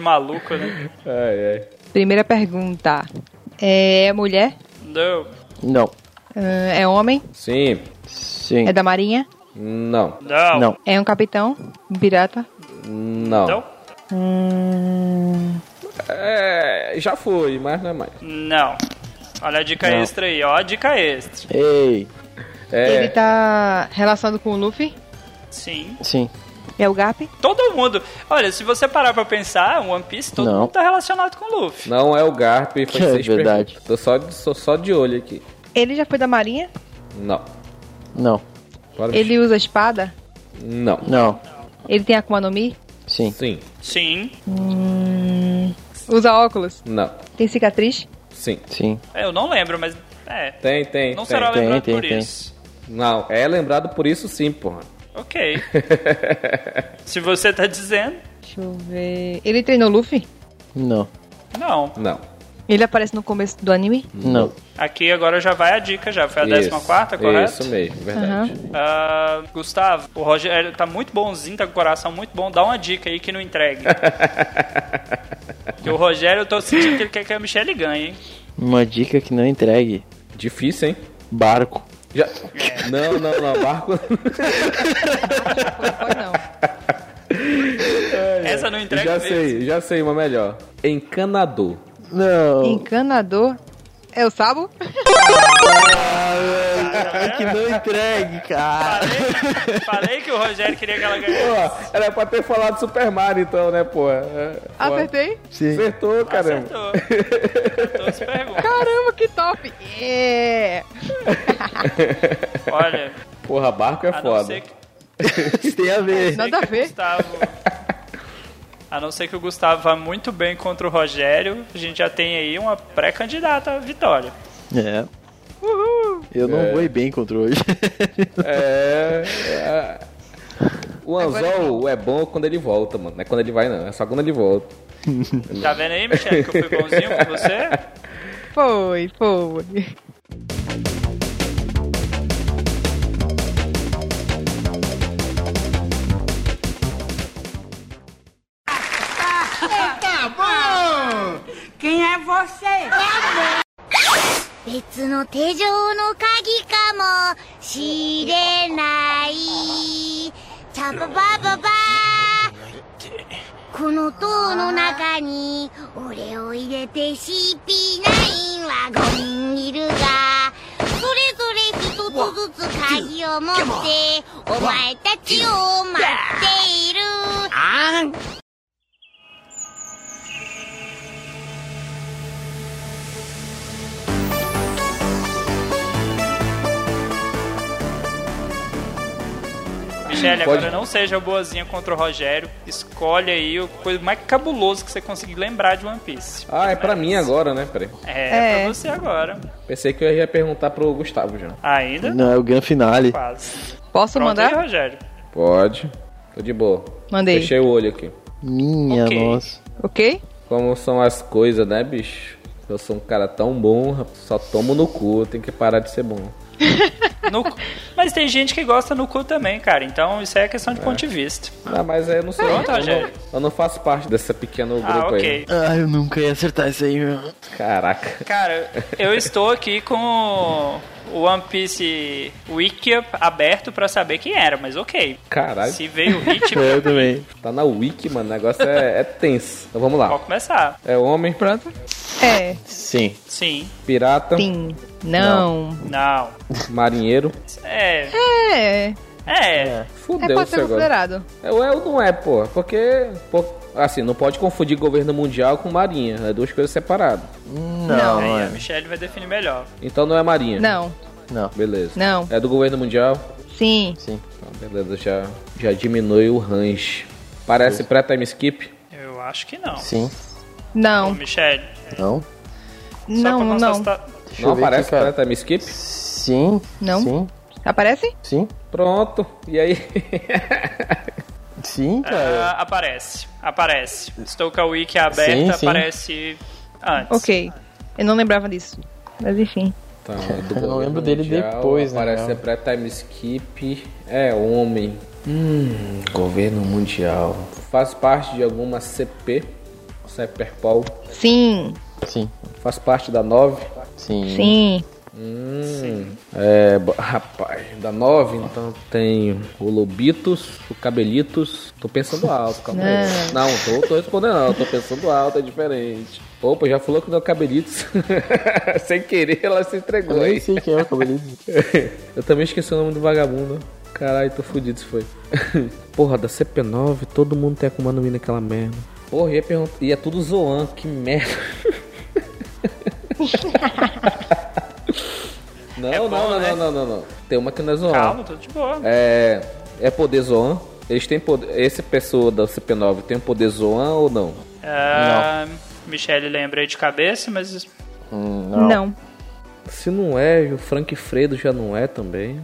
S2: maluco, né?
S1: ai, ai.
S3: Primeira pergunta. É mulher?
S2: Não,
S4: Não.
S3: Ah, É homem?
S1: Sim.
S4: Sim.
S3: É da marinha?
S1: Não.
S2: não,
S4: Não.
S3: É um capitão? Um pirata?
S1: Não.
S2: Então,
S3: Hum,
S1: É, já foi, mas não é mais.
S2: Não. Olha a dica
S1: Não.
S2: extra aí, ó. A dica extra.
S4: Ei.
S1: É.
S3: Ele tá relacionado com o Luffy?
S2: Sim.
S4: Sim.
S3: É o Gap?
S2: Todo mundo. Olha, se você parar pra pensar, One Piece, todo
S1: Não.
S2: mundo tá relacionado com o Luffy.
S1: Não é o Garp, foi
S4: É
S1: seis
S4: verdade.
S1: perguntas. Tô só, de- sou só de olho aqui.
S3: Ele já foi da marinha?
S1: Não.
S4: Não.
S1: Bora,
S3: Ele usa espada?
S1: Não.
S4: Não.
S3: Ele tem Akuma no Mi?
S4: Sim.
S1: Sim.
S2: Sim.
S3: Hum, usa óculos?
S1: Não.
S3: Tem cicatriz?
S1: Sim.
S4: Sim.
S2: É, Eu não lembro, mas. É.
S1: Tem, tem.
S2: Não
S1: tem.
S2: será lembrado
S4: Tem, tem,
S2: por
S4: tem.
S2: isso.
S1: Não, é lembrado por isso sim, porra.
S2: Ok. se você tá dizendo,
S3: Deixa eu ver. Ele treinou Luffy?
S4: Não.
S2: não.
S1: Não.
S3: Ele aparece no começo do anime?
S4: Não.
S2: Aqui agora já vai a dica, já foi É a
S1: Isso.
S2: 14, correto?
S1: Isso mesmo, verdade.
S3: Aham.
S2: Ah, Gustavo, o Rogério tá muito bonzinho, tá com o coração muito bom. Dá uma dica aí que não entregue. que o Rogério, eu tô sentindo que ele quer que a Michelle ganhe, hein?
S4: Uma dica que não entregue.
S1: Difícil, hein?
S4: Barco.
S1: Já...
S2: É.
S1: Não, não, não, barco.
S3: Foi não.
S2: Essa não entrega
S1: É. já
S2: mesmo.
S1: sei, já sei uma melhor. Encanador.
S4: Não.
S3: Encanador? É o Sabo?
S4: É Que não entregue, cara.
S2: Falei, falei que o Rogério queria que ela ganhasse.
S1: Pô, era pra ter falado Super Mario então, né, pô? É, pô,
S3: Acertei?
S4: Sim.
S1: Acertou, caramba.
S2: Acertou. Acertou as perguntas.
S3: Caramba, que top! É.
S2: Olha,
S1: Porra, barco é
S2: a não
S1: foda.
S2: ser que
S4: Tem a ver.
S3: Nada a
S2: que o
S3: ver.
S2: Gustavo- A não ser que o Gustavo vá muito bem contra o Rogério, a gente já tem aí uma pré-candidata à vitória.
S4: É. Eu não vou ir bem contra hoje.
S1: É, é. O anzol é bom quando ele volta, mano. Não é quando ele vai, não. É só quando ele volta.
S2: Tá vendo aí, Michele, que eu fui bonzinho com você?
S3: Foi, foi.
S8: Tá bom! Quem é você?
S11: 別の手錠の鍵かもしれないチャパパパパこの塔の中に俺を入れて CP9 は5人いるがそれぞれ一つずつ鍵を持ってお前たちを待っている
S2: Michele,
S1: Pode.
S2: agora não seja boazinha contra o Rogério. Escolhe aí o coisa mais cabuloso que você conseguir lembrar de One Piece.
S1: Ah, é pra mim agora, né? Peraí.
S2: É,
S3: É.
S2: pra você agora.
S1: Pensei que eu ia perguntar pro Gustavo já.
S2: Ainda?
S4: Não, é o Gran Finale.
S2: Quase.
S3: Posso
S2: Pronto aí,
S3: mandar?
S2: Rogério.
S1: Pode. Tô de boa.
S3: Mandei.
S1: Fechei o olho aqui.
S4: Minha
S2: Ok.
S4: nossa.
S3: Ok?
S1: Como são as coisas, né, bicho? Eu sou um cara tão bom, rapaz, só tomo no cu, tem que parar de ser bom.
S2: No cu- Mas tem gente que gosta no cu também, cara. Então isso aí é questão de ponto de vista.
S1: Ah, mas aí eu não sou.
S2: Pronto,
S1: eu, não,
S2: Rogério.
S1: eu não faço parte desse pequeno grupo aí.
S2: Ah,
S1: né?
S2: ok.
S4: Ah, eu nunca ia acertar isso aí, meu.
S1: Caraca.
S2: Cara, eu estou aqui com o One Piece Wiki aberto pra saber quem era, mas ok.
S1: Caralho.
S2: Se veio o ritmo,
S4: É, Eu também.
S1: Tá na wiki, mano. O negócio é, é tenso. Então vamos lá.
S2: pode começar.
S1: É homem, pronto.
S3: É.
S4: Sim.
S2: Sim,
S1: Pirata,
S3: Sim. Não.
S2: não.
S1: marinheiro.
S2: É,
S3: É. É,
S2: é.
S1: Fudeu
S3: pode
S1: isso
S3: ser
S1: agora.
S3: considerado.
S1: É ou é ou não é, pô. Porque. pô, assim, não pode confundir governo mundial com marinha. É duas coisas separadas.
S4: Não, não
S2: Aí a
S4: é.
S2: Michelle vai definir melhor.
S1: Então não é marinha.
S3: Não.
S4: Não.
S1: Beleza.
S3: Não.
S1: É do governo mundial?
S3: Sim.
S4: Sim.
S1: Então, beleza, já, já diminui o range. Parece pré-time skip?
S2: Eu acho que não.
S4: Sim.
S2: Ô,
S3: Não.
S2: Michelle,
S4: Não.
S2: só pra
S3: Não, não.
S2: constatar-
S4: Deixa eu
S1: Não
S4: ver aqui,
S1: parece
S4: cara.
S1: pré-time skip?
S4: Sim.
S3: Não.
S4: Sim.
S3: Aparece?
S4: Sim.
S1: Pronto. E aí?
S4: Sim, cara.
S2: Ah, aparece, aparece. Estou com a Wiki aberta,
S4: É. Sim, sim.
S2: aparece antes.
S3: Ok. Eu não lembrava disso. Mas enfim.
S1: Tá, é do
S4: Eu
S1: governo
S4: lembro dele depois, né,
S1: Parece
S4: não.
S1: ser pré-time skip. É homem. Hum, governo mundial. Faz parte de alguma CP? Cyberpol?
S3: Sim.
S4: Sim.
S1: Faz parte da 9?
S4: Sim.
S3: Sim.
S1: Hum, É, bo- rapaz, da 9 então tem o Lobitos, o Cabelitos. Tô pensando alto, calma aí. Não, tô, tô respondendo alto, tô pensando alto, é diferente. Opa, já falou que não é o Cabelitos. Sem querer, ela se entregou.
S4: Eu nem
S1: aí.
S4: sei quem é o Cabelitos.
S1: Eu também esqueci o nome do vagabundo. Caralho, tô fudido, isso foi. Porra, da CP9, todo mundo tem Akuma no Mi naquela merda. Porra, ia perguntar. E é tudo Zoan, que merda. Não, não, não, não, não, não, não. Tem uma que não é Zoan.
S2: Calma, tô de boa.
S1: É. É poder Zoan? Eles têm poder. Esse pessoa da CP9 tem um poder Zoan ou não?
S2: Ah, Michele lembrei de cabeça, mas
S1: não. Se não é, o Frank Fredo já não é também.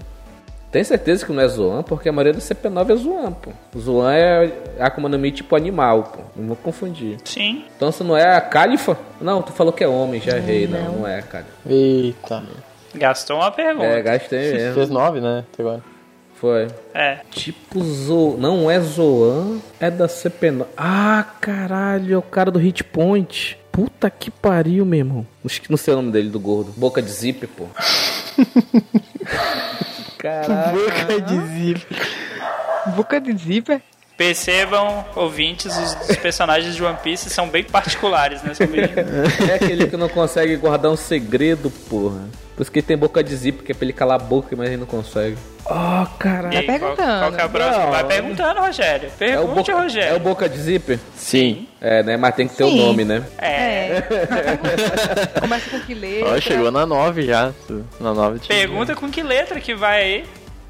S1: Tem certeza que não é Zoan, porque a maioria da CP9 é Zoan, pô. Zoan é Akuma no Mi tipo animal, pô. Não vou confundir.
S2: Sim.
S1: Então se não é a Califa? Não, tu falou que é homem, já errei. Não, não, é a Califa.
S4: Eita.
S2: gastou uma pergunta.
S1: É, gastei
S4: Fez
S1: mesmo.
S4: 9, né? Até agora.
S1: Foi.
S2: É.
S1: Tipo Zo... Não é Zoan, é da CP9. Ah, caralho, é o cara do Hit Point. Puta que pariu, meu irmão. Acho que Não sei o nome dele, do gordo. Boca de zip, pô. Caraca.
S4: Boca de zíper.
S3: Boca de zíper?
S2: Percebam, ouvintes, os, os personagens de One Piece são bem particulares né, nesse momento.
S1: É aquele que não consegue guardar um segredo, porra. Por isso que ele tem boca de zip, que é pra ele calar a boca, mas ele não consegue. Oh,
S2: E
S1: caralho.
S2: aí, qual, qual que é a próxima?
S1: Não.
S2: Vai perguntando, Rogério.
S1: É o,
S2: Pergunte,
S1: boca, é
S2: Rogério.
S1: o boca de zip?
S4: Sim.
S1: É, né? Mas tem que ter o
S3: Sim.
S1: nome, né?
S2: É.
S3: Começa com que letra?
S4: Ó, chegou na 9 já. Na 9 tinha.
S2: Pergunta com que letra que vai aí.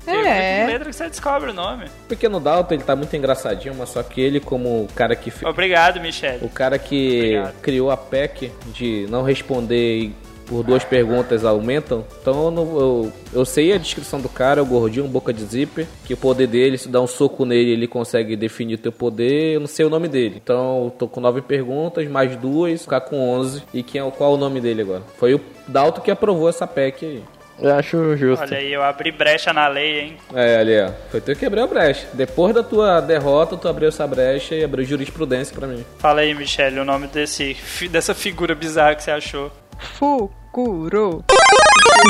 S2: Pergunta com que
S3: É.
S2: letra que você descobre o nome.
S1: Porque no Dalton ele tá muito engraçadinho, mas só que ele, como o cara que. fe-
S2: Obrigado, Michele.
S1: O cara que
S2: Obrigado.
S1: criou a PEC de não responder e por duas perguntas aumentam. Então eu, não- eu, eu sei a descrição do cara, o gordinho, um boca de zíper, que o poder dele, se dá um soco nele, ele consegue definir teu poder. Eu não sei o nome dele. Então eu tô com nove perguntas, mais duas, ficar com onze. E quem é, o- qual é o nome dele agora? Foi o Dalton que aprovou essa PEC aí.
S4: Eu acho justo.
S2: Olha aí, eu abri brecha na lei, hein?
S1: É, ali, ó. Foi tu que quebrou a brecha. Depois da tua derrota, tu abriu essa brecha e abriu jurisprudência pra mim.
S2: Fala aí, Michele, o nome desse, fi- dessa figura bizarra que você achou.
S3: Fukuro.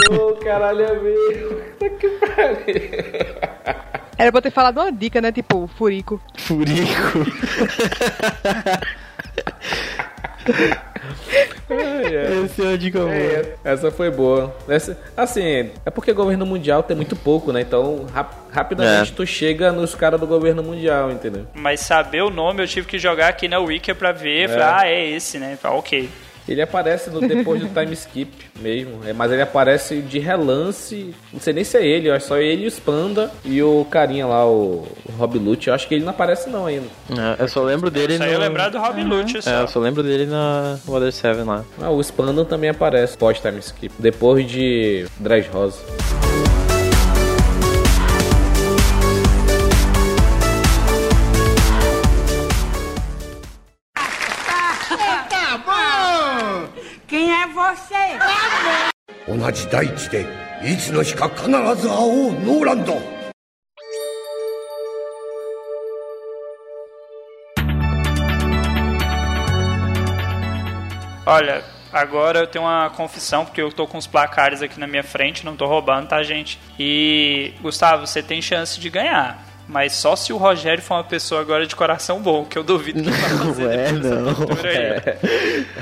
S1: Ô, caralho, é mesmo. que pariu.
S3: Era pra eu ter falado uma dica, né? Tipo, furico.
S4: Furico. Esse é o dica boa.
S1: Essa foi boa. Essa, assim, é porque governo mundial tem muito pouco, né? Então, rap- rapidamente
S4: É.
S1: tu chega nos caras do governo mundial, entendeu?
S2: Mas saber o nome eu tive que jogar aqui na Wiki pra ver. Falar, ah, é esse, né? Falar, ok.
S1: Ele aparece no, depois do time skip mesmo. É, mas ele aparece de relance. Não sei nem se é ele, eu acho só ele e o Spanda e o carinha lá, o, o Rob Lute. Eu acho que ele não aparece não ainda.
S4: É, Eu só lembro dele
S2: Só
S4: no...
S2: ia lembrar do Robin Lute,
S4: É,
S2: só.
S4: eu só lembro dele na Water 7 lá.
S1: Ah, o Spandam também aparece pós-time skip. Depois de Dress Rosa.
S8: Tá bom! Quem é você?
S7: 同じ大地でいつの日か必ず会おうノーランド
S2: Olha, agora eu tenho uma confissão, porque eu tô com os placares aqui na minha frente, não tô roubando, tá, gente? E, Gustavo, você tem chance de ganhar. Mas só se o Rogério for uma pessoa agora de coração bom, que eu duvido que vai fazer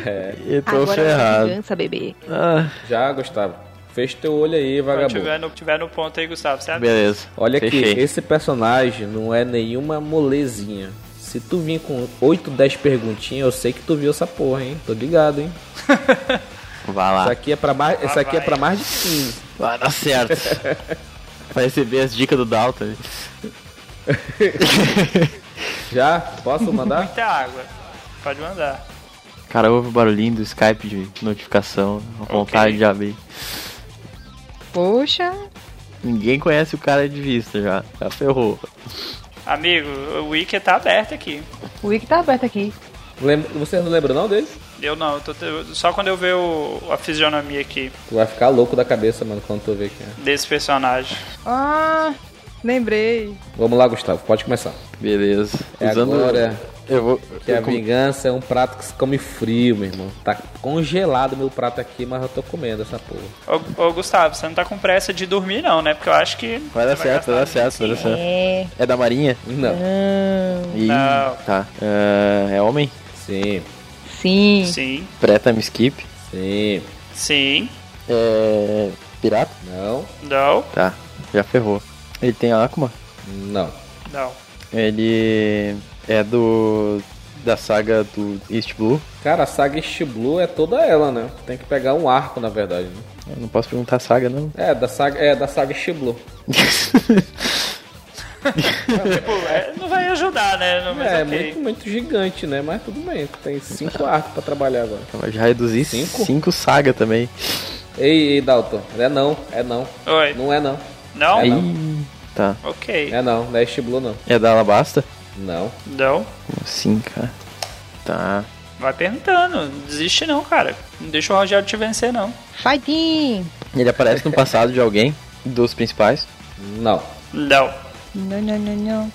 S4: É,
S2: depois dessa aventura aí.
S4: não. Eu tô
S3: Agora é
S4: ferrado.
S3: vingança, bebê.
S4: Ah,
S1: Já, Gustavo. Fecha teu olho aí,
S2: Quando
S1: vagabundo.
S2: tiver no, tiver no ponto aí, Gustavo, você avisa.
S4: Ah, beleza.
S1: Olha aqui,
S4: Fechei.
S1: esse personagem não é nenhuma molezinha. Se tu vir com 8, 10 perguntinhas, eu sei que tu viu essa porra, hein? Tô ligado, hein?
S4: Vai
S1: Isso
S4: lá.
S1: aqui é pra mais, isso aqui é
S2: vai.
S1: pra mais de 15.
S4: Vai dar certo. Vai receber as dicas do Dalton.
S1: Já? Posso mandar?
S2: Muita água. Pode mandar.
S4: Cara, ouve o barulhinho do Skype de notificação. A vontade de abrir.
S3: Poxa.
S4: Ninguém conhece o cara de vista já. Já ferrou.
S2: Amigo, o Wiki tá aberto aqui.
S3: O Wiki tá aberto aqui.
S1: Lembra, você não lembra não dele?
S2: Eu não, eu tô, eu- só quando eu ver o, a fisionomia aqui
S1: Tu vai ficar louco da cabeça, mano, quando tu ver quem é.
S2: desse personagem.
S3: Ah, lembrei.
S1: Vamos lá, Gustavo, pode começar.
S4: Beleza.
S1: É
S4: Usando
S1: agora
S4: Eu vou.
S1: Que a vingança é um prato que se come frio, meu irmão. Tá congelado meu prato aqui, mas eu tô comendo essa porra.
S2: Ô, ô, Gustavo, você não tá com pressa de dormir, não, né? Porque eu acho que.
S4: Vai dar certo, vai dar certo, vai dar certo.
S3: É.
S4: É da Marinha?
S1: Não.
S4: É. Ih,
S2: Não.
S4: Tá. Ah, é homem?
S1: Sim,
S3: Sim.
S2: Sim.
S4: Pré-time skip?
S1: sim.
S2: Sim.
S4: É. Pirata?
S1: Não,
S2: Não.
S4: Tá. Já ferrou. Ele tem Akuma?
S1: não.
S2: Não.
S4: Ele é do. da saga do East Blue.
S1: Cara, a saga East Blue é toda ela, né? Tem que pegar um arco, na verdade. Né?
S4: Eu não posso perguntar a saga, não.
S1: É, da saga, é, da saga East Blue.
S2: Tipo, é, não vai ajudar, né? Não, mas
S1: É,
S2: ok.
S1: muito, muito gigante, né? Mas tudo bem, tem cinco arcos pra trabalhar agora.
S4: Mas já reduzi
S1: Cinco?
S4: cinco, saga também.
S1: Ei, ei, Dalton, é não, é não.
S2: Oi.
S1: Não é não,
S2: Ah, Não?
S1: É, não.
S4: Ih, Tá.
S2: Ok.
S1: é não, não é East Blue, não.
S4: É da Alabasta?
S1: Não.
S2: Não.
S4: Como assim, cara? Tá.
S2: Vai perguntando. Não desiste não, cara. Não deixa o Rogério te vencer, não.
S3: Fighting!
S4: Ele aparece no passado de alguém, dos principais.
S1: Não.
S2: Não.
S3: Não, não, não, não.
S1: Não,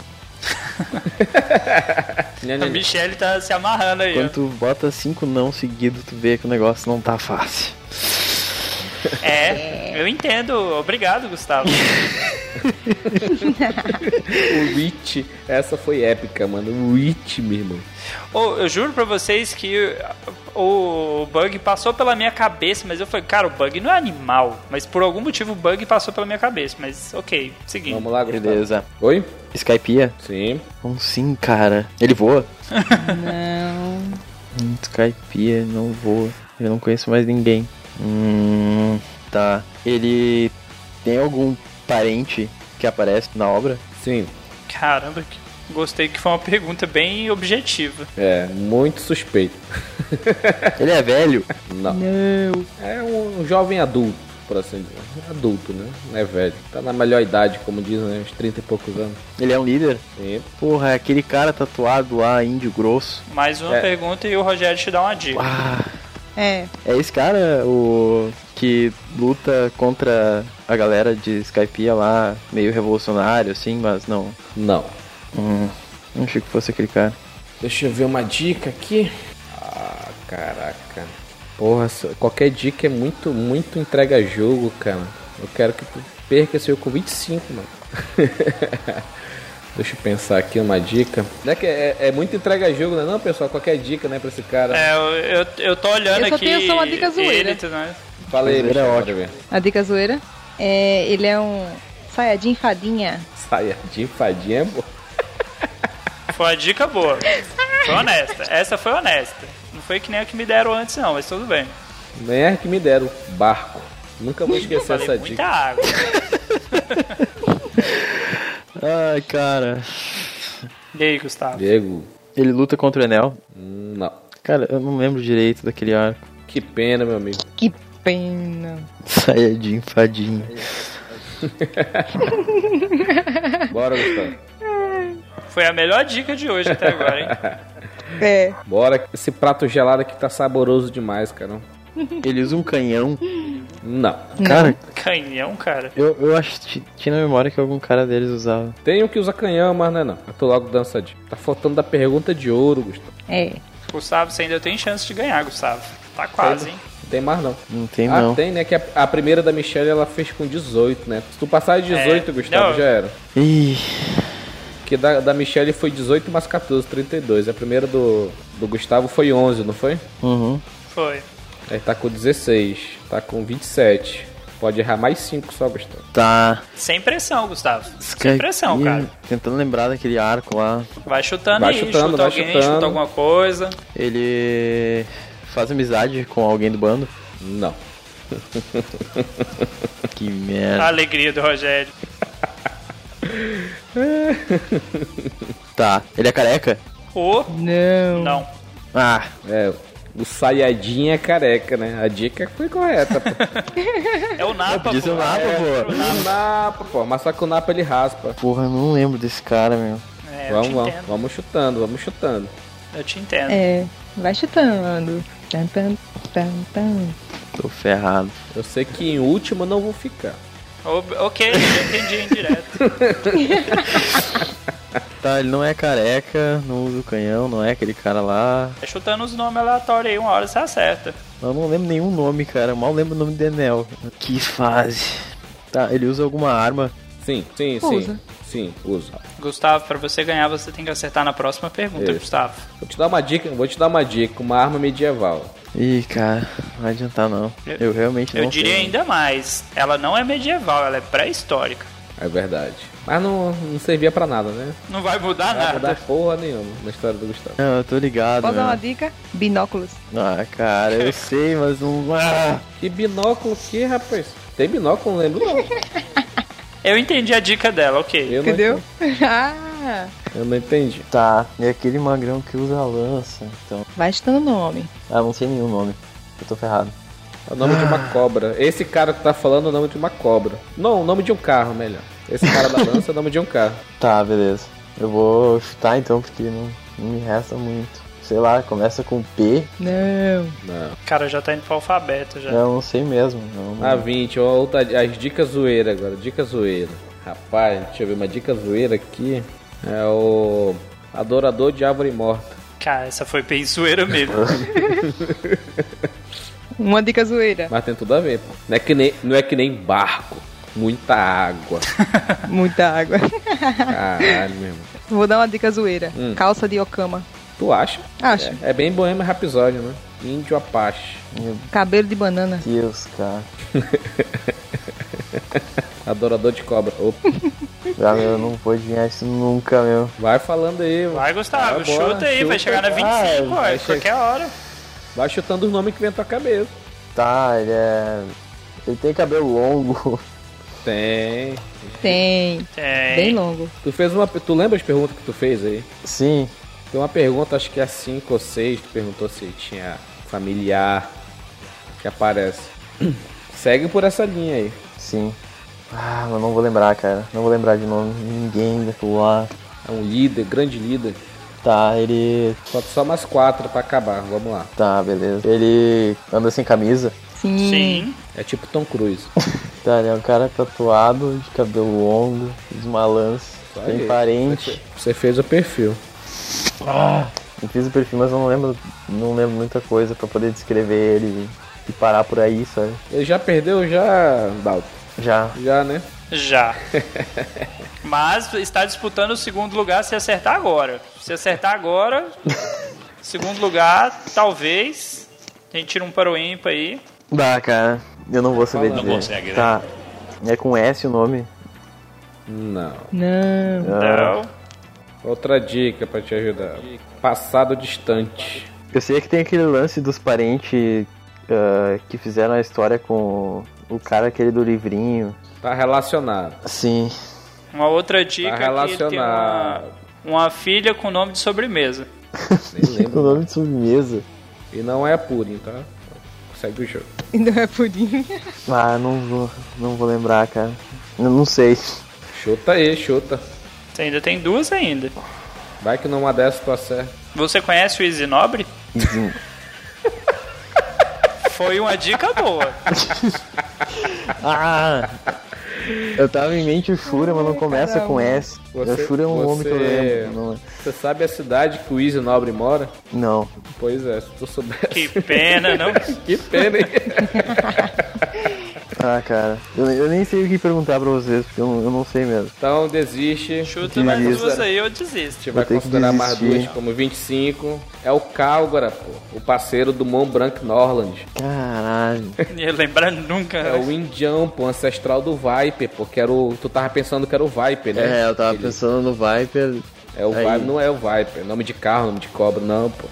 S2: A
S1: não, não.
S2: Michelle tá se amarrando aí. ó.
S4: Quando tu bota cinco não seguido, tu vê que o negócio não tá fácil.
S2: É, eu entendo. Obrigado, Gustavo.
S1: O Witch, essa foi épica, mano. O Witch, meu irmão.
S2: Ô, eu juro pra vocês que o Bug passou pela minha cabeça, mas eu falei, cara, o Bug não é animal. Mas por algum motivo o Bug passou pela minha cabeça. Mas ok, seguindo.
S1: Vamos lá, Gustavo.
S4: Beleza.
S1: Oi?
S4: Skypeia?
S1: Sim.
S4: Como sim, cara? Ele voa?
S3: Não.
S4: Hum, Skypeia, não voa. Eu não conheço mais ninguém. Hum, tá. Ele tem algum parente que aparece na obra?
S1: Sim.
S2: Caramba, que- gostei que foi uma pergunta bem objetiva.
S1: É, muito suspeito.
S4: Ele é velho?
S1: Não. É um jovem adulto, por assim dizer. Adulto, né? Não é velho. Tá na melhor idade, como dizem, né? uns 30 e poucos anos.
S4: Ele é um líder?
S1: Sim.
S4: Porra, é aquele cara tatuado lá, índio grosso.
S2: Mais uma
S1: É.
S2: pergunta e o Rogério te dá uma dica.
S4: Ah,
S3: É.
S4: é esse cara o que luta contra a galera de Skypeia lá, meio revolucionário assim, mas não.
S1: Não.
S4: Hum, não achei que fosse aquele cara.
S1: Deixa eu ver uma dica aqui. Ah, caraca. Porra, só- qualquer dica é muito, muito entrega jogo, cara. Eu quero que tu perca seu com 25, mano. Deixa eu pensar aqui uma dica. Não é que é, é muito entrega jogo, né? Não, pessoal, qualquer dica, né, pra esse cara.
S2: É, eu, eu, eu tô olhando
S3: Eu só
S2: aqui.
S3: tenho só uma dica zoeira.
S2: ele, né?
S1: Fala aí,
S4: Era
S1: Michel, bora
S4: ótimo.
S1: ver.
S3: A dica zoeira? É, ele é um saiyajin fadinha.
S1: Saia de fadinha é bom.
S2: Foi uma dica boa. Foi honesta. Essa foi honesta. Não foi que nem a que me deram antes, não, mas tudo bem.
S1: Nem é que me deram. Barco. Nunca vou esquecer
S2: Falei
S1: essa
S2: muita
S1: dica.
S2: água.
S4: Ai, cara.
S2: E aí, Gustavo?
S1: Diego.
S4: Ele luta contra o Enel.
S1: hum, Não.
S4: Cara, eu não lembro direito daquele arco.
S1: Que pena, meu amigo.
S3: Que pena.
S4: Saiyajin fadinho.
S1: Bora, Gustavo.
S2: Foi a melhor dica de hoje até agora, hein?
S3: É.
S1: Bora. Esse prato gelado aqui tá saboroso demais, cara.
S4: Ele usa um canhão.
S1: Não.
S4: Cara,
S2: Canhão, cara.
S4: eu, eu acho que tinha na memória que algum cara deles usava.
S1: Tem um que usa canhão, mas não é não. Eu tô logo dançadinho. Tá faltando da pergunta de ouro, Gustavo.
S3: É.
S2: Gustavo, você ainda tem chance de ganhar, Gustavo. Tá quase, hein?
S1: Não tem mais não.
S4: Não tem
S1: ah,
S4: não.
S1: tem, né? Que a, a primeira da Michelle ela fez com 18, né? Se tu passar de 18,
S2: É,
S1: Gustavo,
S2: não.
S1: já era.
S4: Ih,
S1: Que da, da Michelle foi 18 mais 14, 32. A primeira do, do Gustavo foi 11, não foi?
S4: uhum.
S2: Foi.
S1: Aí tá com 16, tá com 27. Pode errar mais 5 só, Gustavo.
S4: Tá.
S2: Sem pressão, Gustavo. Sem
S1: é
S4: Skypeia,
S2: pressão, cara.
S4: Tentando lembrar daquele arco lá.
S2: Vai chutando
S1: Vai
S2: aí,
S1: chutando,
S2: chuta
S1: vai
S2: alguém,
S1: chutando.
S2: chuta alguma coisa.
S4: Ele faz amizade com alguém do bando.
S1: Não.
S4: Que merda.
S2: A alegria do Rogério.
S1: Ah.
S4: Tá. Ele é careca?
S2: Ou
S3: Não.
S2: não.
S4: Ah,
S1: É, o Sayajin é careca, né? A dica foi correta, pô.
S2: É o Napa,
S4: Diz
S2: pô.
S4: o
S2: É,
S4: Napa, pô.
S1: O Napa, Tá pô. Mas só que o Napa ele raspa.
S4: Porra, eu não lembro desse cara, meu.
S2: É, eu
S1: vamos,
S2: te
S1: vamos,
S2: entendo.
S1: vamos chutando, vamos chutando.
S2: Eu te entendo.
S3: É. Vai chutando. Tan, tan, tan, tan.
S4: Tô ferrado.
S1: Eu sei que em último eu não vou ficar.
S2: O- ok, eu entendi indireto.
S4: Tá, ele não é careca, não usa o canhão, não é aquele cara lá.
S2: Tá chutando os nomes aleatórios aí, uma hora você acerta.
S4: Eu não lembro nenhum nome, cara. Mal lembro o nome do Enel. Que fase. Tá, ele usa alguma arma?
S1: Sim, sim, sim.
S2: Usa.
S1: Sim, usa.
S2: Gustavo, pra você ganhar, você tem que acertar na próxima pergunta,
S1: Isso.
S2: Gustavo.
S1: Vou te dar uma dica, vou te dar uma dica, uma arma medieval.
S4: Ih, cara, não vai adiantar não. Eu, realmente
S2: Eu
S4: não
S2: diria
S4: sei.
S2: ainda mais. Ela não é medieval, ela é pré-histórica.
S1: É verdade. Mas não, não servia pra nada, né?
S2: Não vai mudar
S1: Não vai
S2: nada.
S1: mudar porra nenhuma na história do Gustavo.
S4: Não, eu tô ligado,
S3: Posso dar uma
S4: mano.
S3: dica? Binóculos.
S4: Ah, cara, eu sei, mas não... Ah!
S1: Que binóculo que, rapaz? Tem binóculo, não lembro não.
S2: Eu entendi a dica dela, ok.
S1: Eu não- Entendeu?
S3: ah,
S1: Eu não entendi.
S4: Tá, é aquele magrão que usa a lança, então...
S3: vai estando nome.
S4: Ah, não sei nenhum nome. Eu tô ferrado.
S1: É o nome de uma cobra. Esse cara que tá falando é o nome de uma cobra. Não, o nome de um carro, melhor. Esse cara da lança é o nome de um carro.
S4: Tá, beleza. Eu vou chutar então, porque não, não me resta muito. Sei lá, começa com P.
S3: Não.
S1: Não.
S2: O cara já tá indo pro alfabeto já.
S1: É.
S4: Não, não sei mesmo. Não, não.
S2: Ah,
S1: A 20, Ah, ó, outra, as dicas zoeira agora, dica zoeira. Rapaz, deixa eu ver uma dica zoeira aqui. É o Adorador de Árvore Morta.
S2: Cara, essa foi bem zoeira mesmo.
S3: Uma dica zoeira.
S1: Mas tem tudo a ver, pô. Não é que nem, não é que nem barco. Muita água.
S3: Muita água.
S1: Caralho, meu irmão.
S3: Vou dar uma dica zoeira.
S1: Hum.
S3: Calça de Okama.
S1: Tu acha?
S3: Acho.
S1: É, é bem boêmio episódio, né? Índio Apache.
S3: Cabelo de banana.
S4: Deus, cara.
S1: Adorador de cobra. Opa.
S4: Ah, meu, eu não vou adivinhar isso nunca, meu.
S1: Vai falando aí.
S2: Vai, Gustavo,
S1: Vai, bora,
S2: chuta aí, vai
S1: chuta.
S2: chegar na 25,
S1: Ah, vai
S2: ó, é qualquer hora.
S1: Vai chutando os nomes que vem na tua cabeça.
S4: Tá, ele é. Ele tem cabelo longo.
S1: Tem.
S3: Tem.
S2: Tem.
S3: Bem longo.
S1: Tu fez uma. Tu lembra as perguntas que tu fez aí?
S4: Sim.
S1: Tem uma pergunta, acho que é 5 ou 6, tu perguntou se tinha familiar que aparece. Segue por essa linha aí.
S4: Sim. Ah, mas não vou lembrar, cara. Não vou lembrar de nome. Ninguém daquilo lá.
S1: É um líder, grande líder.
S4: Tá, ele.
S1: Falta só mais quatro pra acabar, vamos lá.
S4: Tá, beleza. Ele anda sem camisa.
S3: Sim.
S2: Sim.
S1: É tipo Tom Cruise.
S4: Tá, ele é um cara tatuado, de cabelo longo, de uma lança,
S1: Tá
S4: tem
S1: aí.
S4: parente.
S1: Você fez o perfil.
S4: Ah, eu fiz o perfil, mas eu não lembro, não lembro muita coisa pra poder descrever ele e parar por aí, sabe?
S1: Ele já perdeu já, Dalton?
S4: Já.
S1: Já, né?
S2: Já. Mas está disputando o segundo lugar se acertar agora. Se acertar agora, segundo lugar, talvez. A gente tira um para o ímpar aí.
S4: Dá, cara. Eu não vou saber
S1: Não
S4: dizer.
S2: consegue, né?
S4: Tá. É com S o nome?
S1: Não.
S3: Não.
S4: Ah,
S2: Não.
S1: Outra dica pra te ajudar. Passado distante.
S4: Eu sei que tem aquele lance dos parentes ah, que fizeram a história com o cara aquele do livrinho.
S1: Tá relacionado.
S4: Sim.
S2: Uma outra dica
S1: Tá
S2: é que ele tem uma,
S1: relacionado.
S2: uma filha com nome de sobremesa.
S1: Nem
S4: o
S1: lembro.
S4: nome de sobremesa.
S1: E não é purim, tá? Segue o jogo.
S3: E não é pudim.
S4: Ah, não vou, não vou lembrar, cara. Eu não sei.
S1: Chuta aí, chuta.
S2: Você ainda tem duas ainda.
S1: Vai que numa dessas tu acerta.
S2: Você conhece o Easy Nobre?
S1: Uhum.
S2: Foi uma dica boa.
S4: Ah! Eu tava em mente o Shura, mas não começa
S3: caramba.
S4: com S. o
S1: Você-
S4: Shura é um nome que eu
S1: você-
S4: lembro. Não, é?
S1: Você sabe a cidade que o Easy Nobre mora?
S4: não.
S1: Pois é, se tu soubesse.
S2: Que pena, não?
S1: Que pena, hein?
S4: Ah, cara. Eu, eu nem sei o que perguntar pra vocês, porque eu, não- eu não sei mesmo.
S1: Então desiste.
S2: Chuta mais duas
S1: Isso.
S2: aí, eu
S1: A
S2: desisto.
S1: gente vai
S4: ter que
S1: considerar mais
S4: desistir.
S1: duas como 25. É o Calgara, pô. O parceiro do Mont Blanc Norland.
S4: Caralho.
S2: Não ia lembrar nunca. né?
S1: É o Indião, pô, ancestral do Viper, pô. Que era o... Tu tava pensando que era o Viper, né?
S4: É, eu tava
S1: Ele-
S4: pensando no Viper.
S1: É o
S4: Aí.
S1: Viper, não é o Viper. Nome de carro, nome de cobra, não, pô.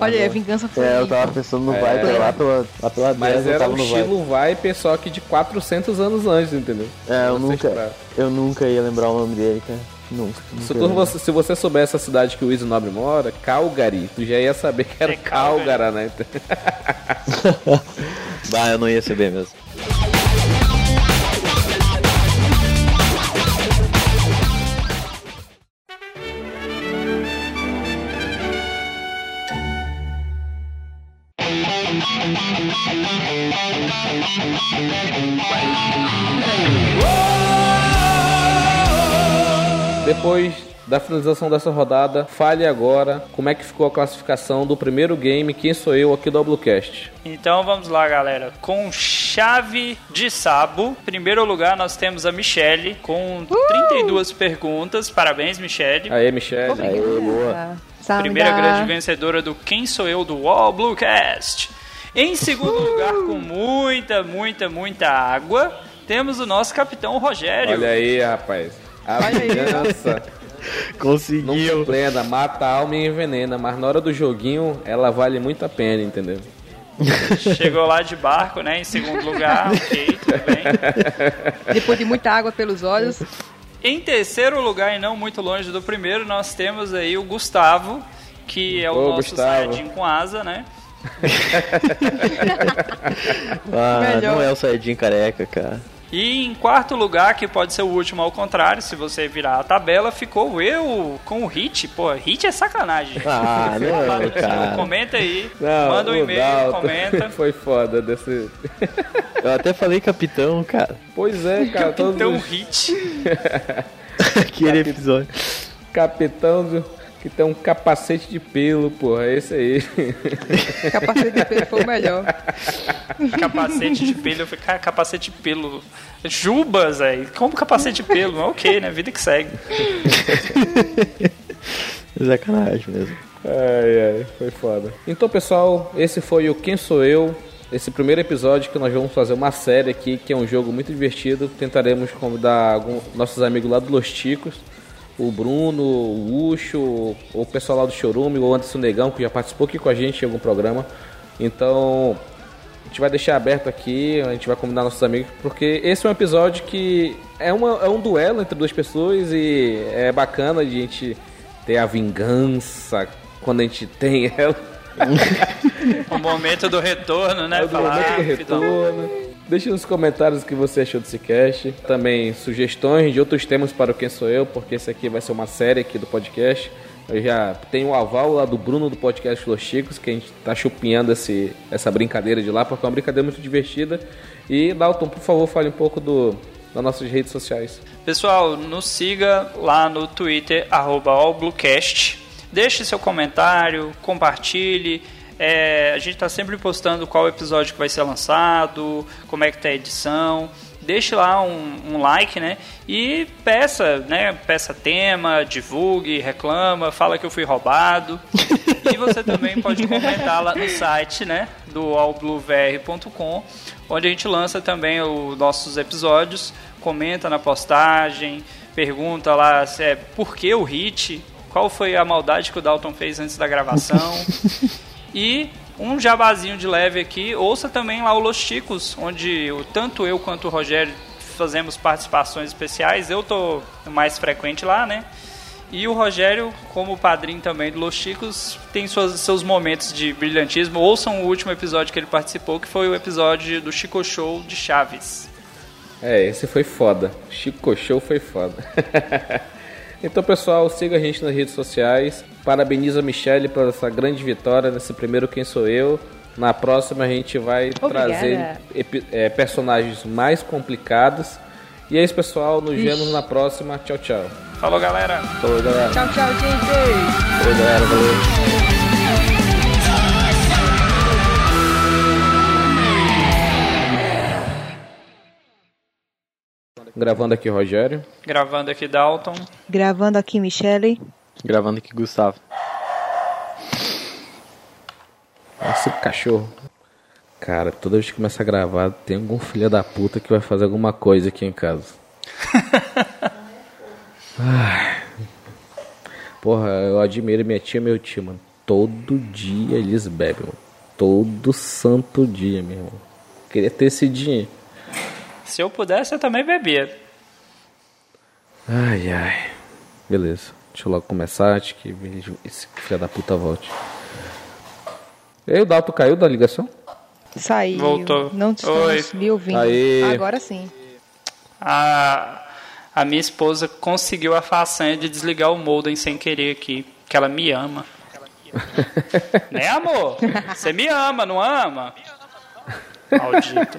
S3: Olha, é vingança foi.
S4: É, eu tava pensando no Viper lá pela, lá pela 10
S1: Mas
S4: eu
S1: era
S4: tava
S1: o
S4: no Viper.
S1: estilo Viper, só que de 400 anos antes, entendeu?
S4: É, eu
S1: Era
S4: nunca,
S1: ancestral.
S4: eu nunca ia lembrar o nome dele, cara. Nunca. nunca
S1: Se,
S4: ia
S1: tu-
S4: lembrar.
S1: você, se você soubesse a cidade que o Easy Nobre mora, Calgary, tu já ia saber que era
S2: É Calgary.
S1: Calgara, né?
S4: Bah, eu não ia saber mesmo.
S6: 「
S1: Depois da finalização dessa rodada, fale agora como é que ficou a classificação do primeiro game Quem Sou Eu aqui do Bluecast.
S2: Então vamos lá, galera. Com chave de sabo, em primeiro lugar nós temos a Michelle com 32 perguntas. Parabéns, Michelle.
S1: Aê, Michelle.
S3: Obrigada.
S2: Primeira grande vencedora do Quem Sou Eu do Wall Bluecast. Em segundo lugar, com muita, muita, muita água, temos o nosso capitão Rogério.
S1: Olha aí, rapaz. A vingança. Não
S4: Conseguiu.
S1: plena, mata a alma e envenena, mas na hora do joguinho ela vale muito a pena, entendeu?
S2: Chegou lá de barco, né? Em segundo lugar, ok, tudo bem.
S3: Depois de muita água pelos olhos.
S2: Em terceiro lugar, e não muito longe do primeiro, nós temos aí o Gustavo, que é o
S1: Ô,
S2: nosso
S1: Gustavo.
S2: Saiyajin com asa, né?
S4: Ah,
S2: Melhor.
S4: não é o Saiyajin careca, cara.
S2: E em quarto lugar, que pode ser o último ao contrário, se você virar a tabela, ficou eu com o Hit. Pô, Hit é sacanagem.
S1: Ah, não, cara.
S2: Comenta aí,
S1: Não,
S2: manda um
S1: o
S2: e-mail,
S1: Dalton
S2: comenta.
S1: Foi foda desse.
S4: Eu até falei capitão, cara.
S1: Pois é, cara. todos os-
S2: Capitão Então, Hit.
S4: Aquele episódio.
S1: Capitão do- que tem um capacete de pelo, porra. É esse aí.
S3: Capacete de pelo foi o melhor.
S2: Capacete de pelo, eu falei, cara, capacete de pelo. Jubas, aí. Como capacete de pelo? Ok, né? Vida que segue.
S4: Sacanagem mesmo.
S1: Ai, ai, foi foda. Então, pessoal, esse foi o Quem Sou Eu. Esse primeiro episódio que nós vamos fazer uma série aqui, que é um jogo muito divertido. Tentaremos convidar algum- nossos amigos lá do Los Ticos, o Bruno, o Ucho, o pessoal lá do Chorume, o Anderson Negão, que já participou aqui com a gente em algum programa. Então, a gente vai deixar aberto aqui, a gente vai convidar nossos amigos, porque esse é um episódio que é, uma, é um duelo entre duas pessoas e é bacana a gente ter a vingança quando a gente tem ela.
S2: O momento do retorno, né?
S1: É o momento do
S2: "Ah, filho da-"
S1: retorno. Deixe nos comentários o que você achou desse cast. Também sugestões de outros temas para o Quem Sou Eu, porque esse aqui vai ser uma série aqui do podcast. Eu já tenho o aval lá do Bruno do podcast Los Chicos, que a gente tá chupinhando esse, essa brincadeira de lá, porque é uma brincadeira muito divertida. E Dalton, por favor, fale um pouco do, das nossas redes sociais.
S2: Pessoal, nos siga lá no Twitter, arroba allbluecast. Deixe seu comentário, compartilhe. É, a gente está sempre postando qual episódio que vai ser lançado, como é que tá a edição. Deixe lá um, um like, né? E peça, né? Peça tema, divulgue, reclama, fala que eu fui roubado. E você também pode comentar lá no site, né? Do allbluevr.com, onde a gente lança também os nossos episódios, comenta na postagem, pergunta lá se é por que o hit, qual foi a maldade que o Dalton fez antes da gravação. E um jabazinho de leve aqui, ouça também lá o Los Chicos, onde o- tanto eu quanto o Rogério fazemos participações especiais. Eu tô mais frequente lá, né? E o Rogério, como padrinho também do Los Chicos, tem suas- seus momentos de brilhantismo. Ouçam o último episódio que ele participou, que foi o episódio do Chico Show de Chaves.
S1: É, esse foi foda. Chico Show foi foda. então, pessoal, siga a gente nas redes sociais. Parabenizo a Michelle por essa grande vitória nesse primeiro Quem Sou Eu. Na próxima a gente vai
S3: Obrigada.
S1: trazer epi- é, personagens mais complicados. E é isso, pessoal. Nos vemos na próxima. Tchau, tchau.
S2: Falou, galera!
S1: Falou, galera.
S3: Tchau, tchau, gente.
S1: Falou, galera. Valeu. Gravando aqui, Rogério.
S2: Gravando aqui Dalton.
S3: Gravando aqui, Michele.
S4: Gravando aqui, Gustavo.
S1: Nossa, cachorro. Cara, toda vez que começa a gravar, tem algum filho da puta que vai fazer alguma coisa aqui em casa. Ai. Porra, eu admiro minha tia e meu tio, mano. Todo dia eles bebem, mano. Todo santo dia, meu irmão. Queria ter esse dinheiro.
S2: Se eu pudesse, eu também bebia.
S1: Ai, ai. Beleza. Deixa eu logo começar antes que esse filho da puta volte. Ei, o Dalton caiu da ligação?
S3: Saiu.
S2: Voltou.
S3: Não estamos
S2: Oi.
S3: me ouvindo.
S1: Aê.
S3: Agora sim.
S2: A, a minha esposa conseguiu a façanha de desligar o modem sem querer aqui, que ela me ama. né, amor? Você me ama, não ama? Maldito.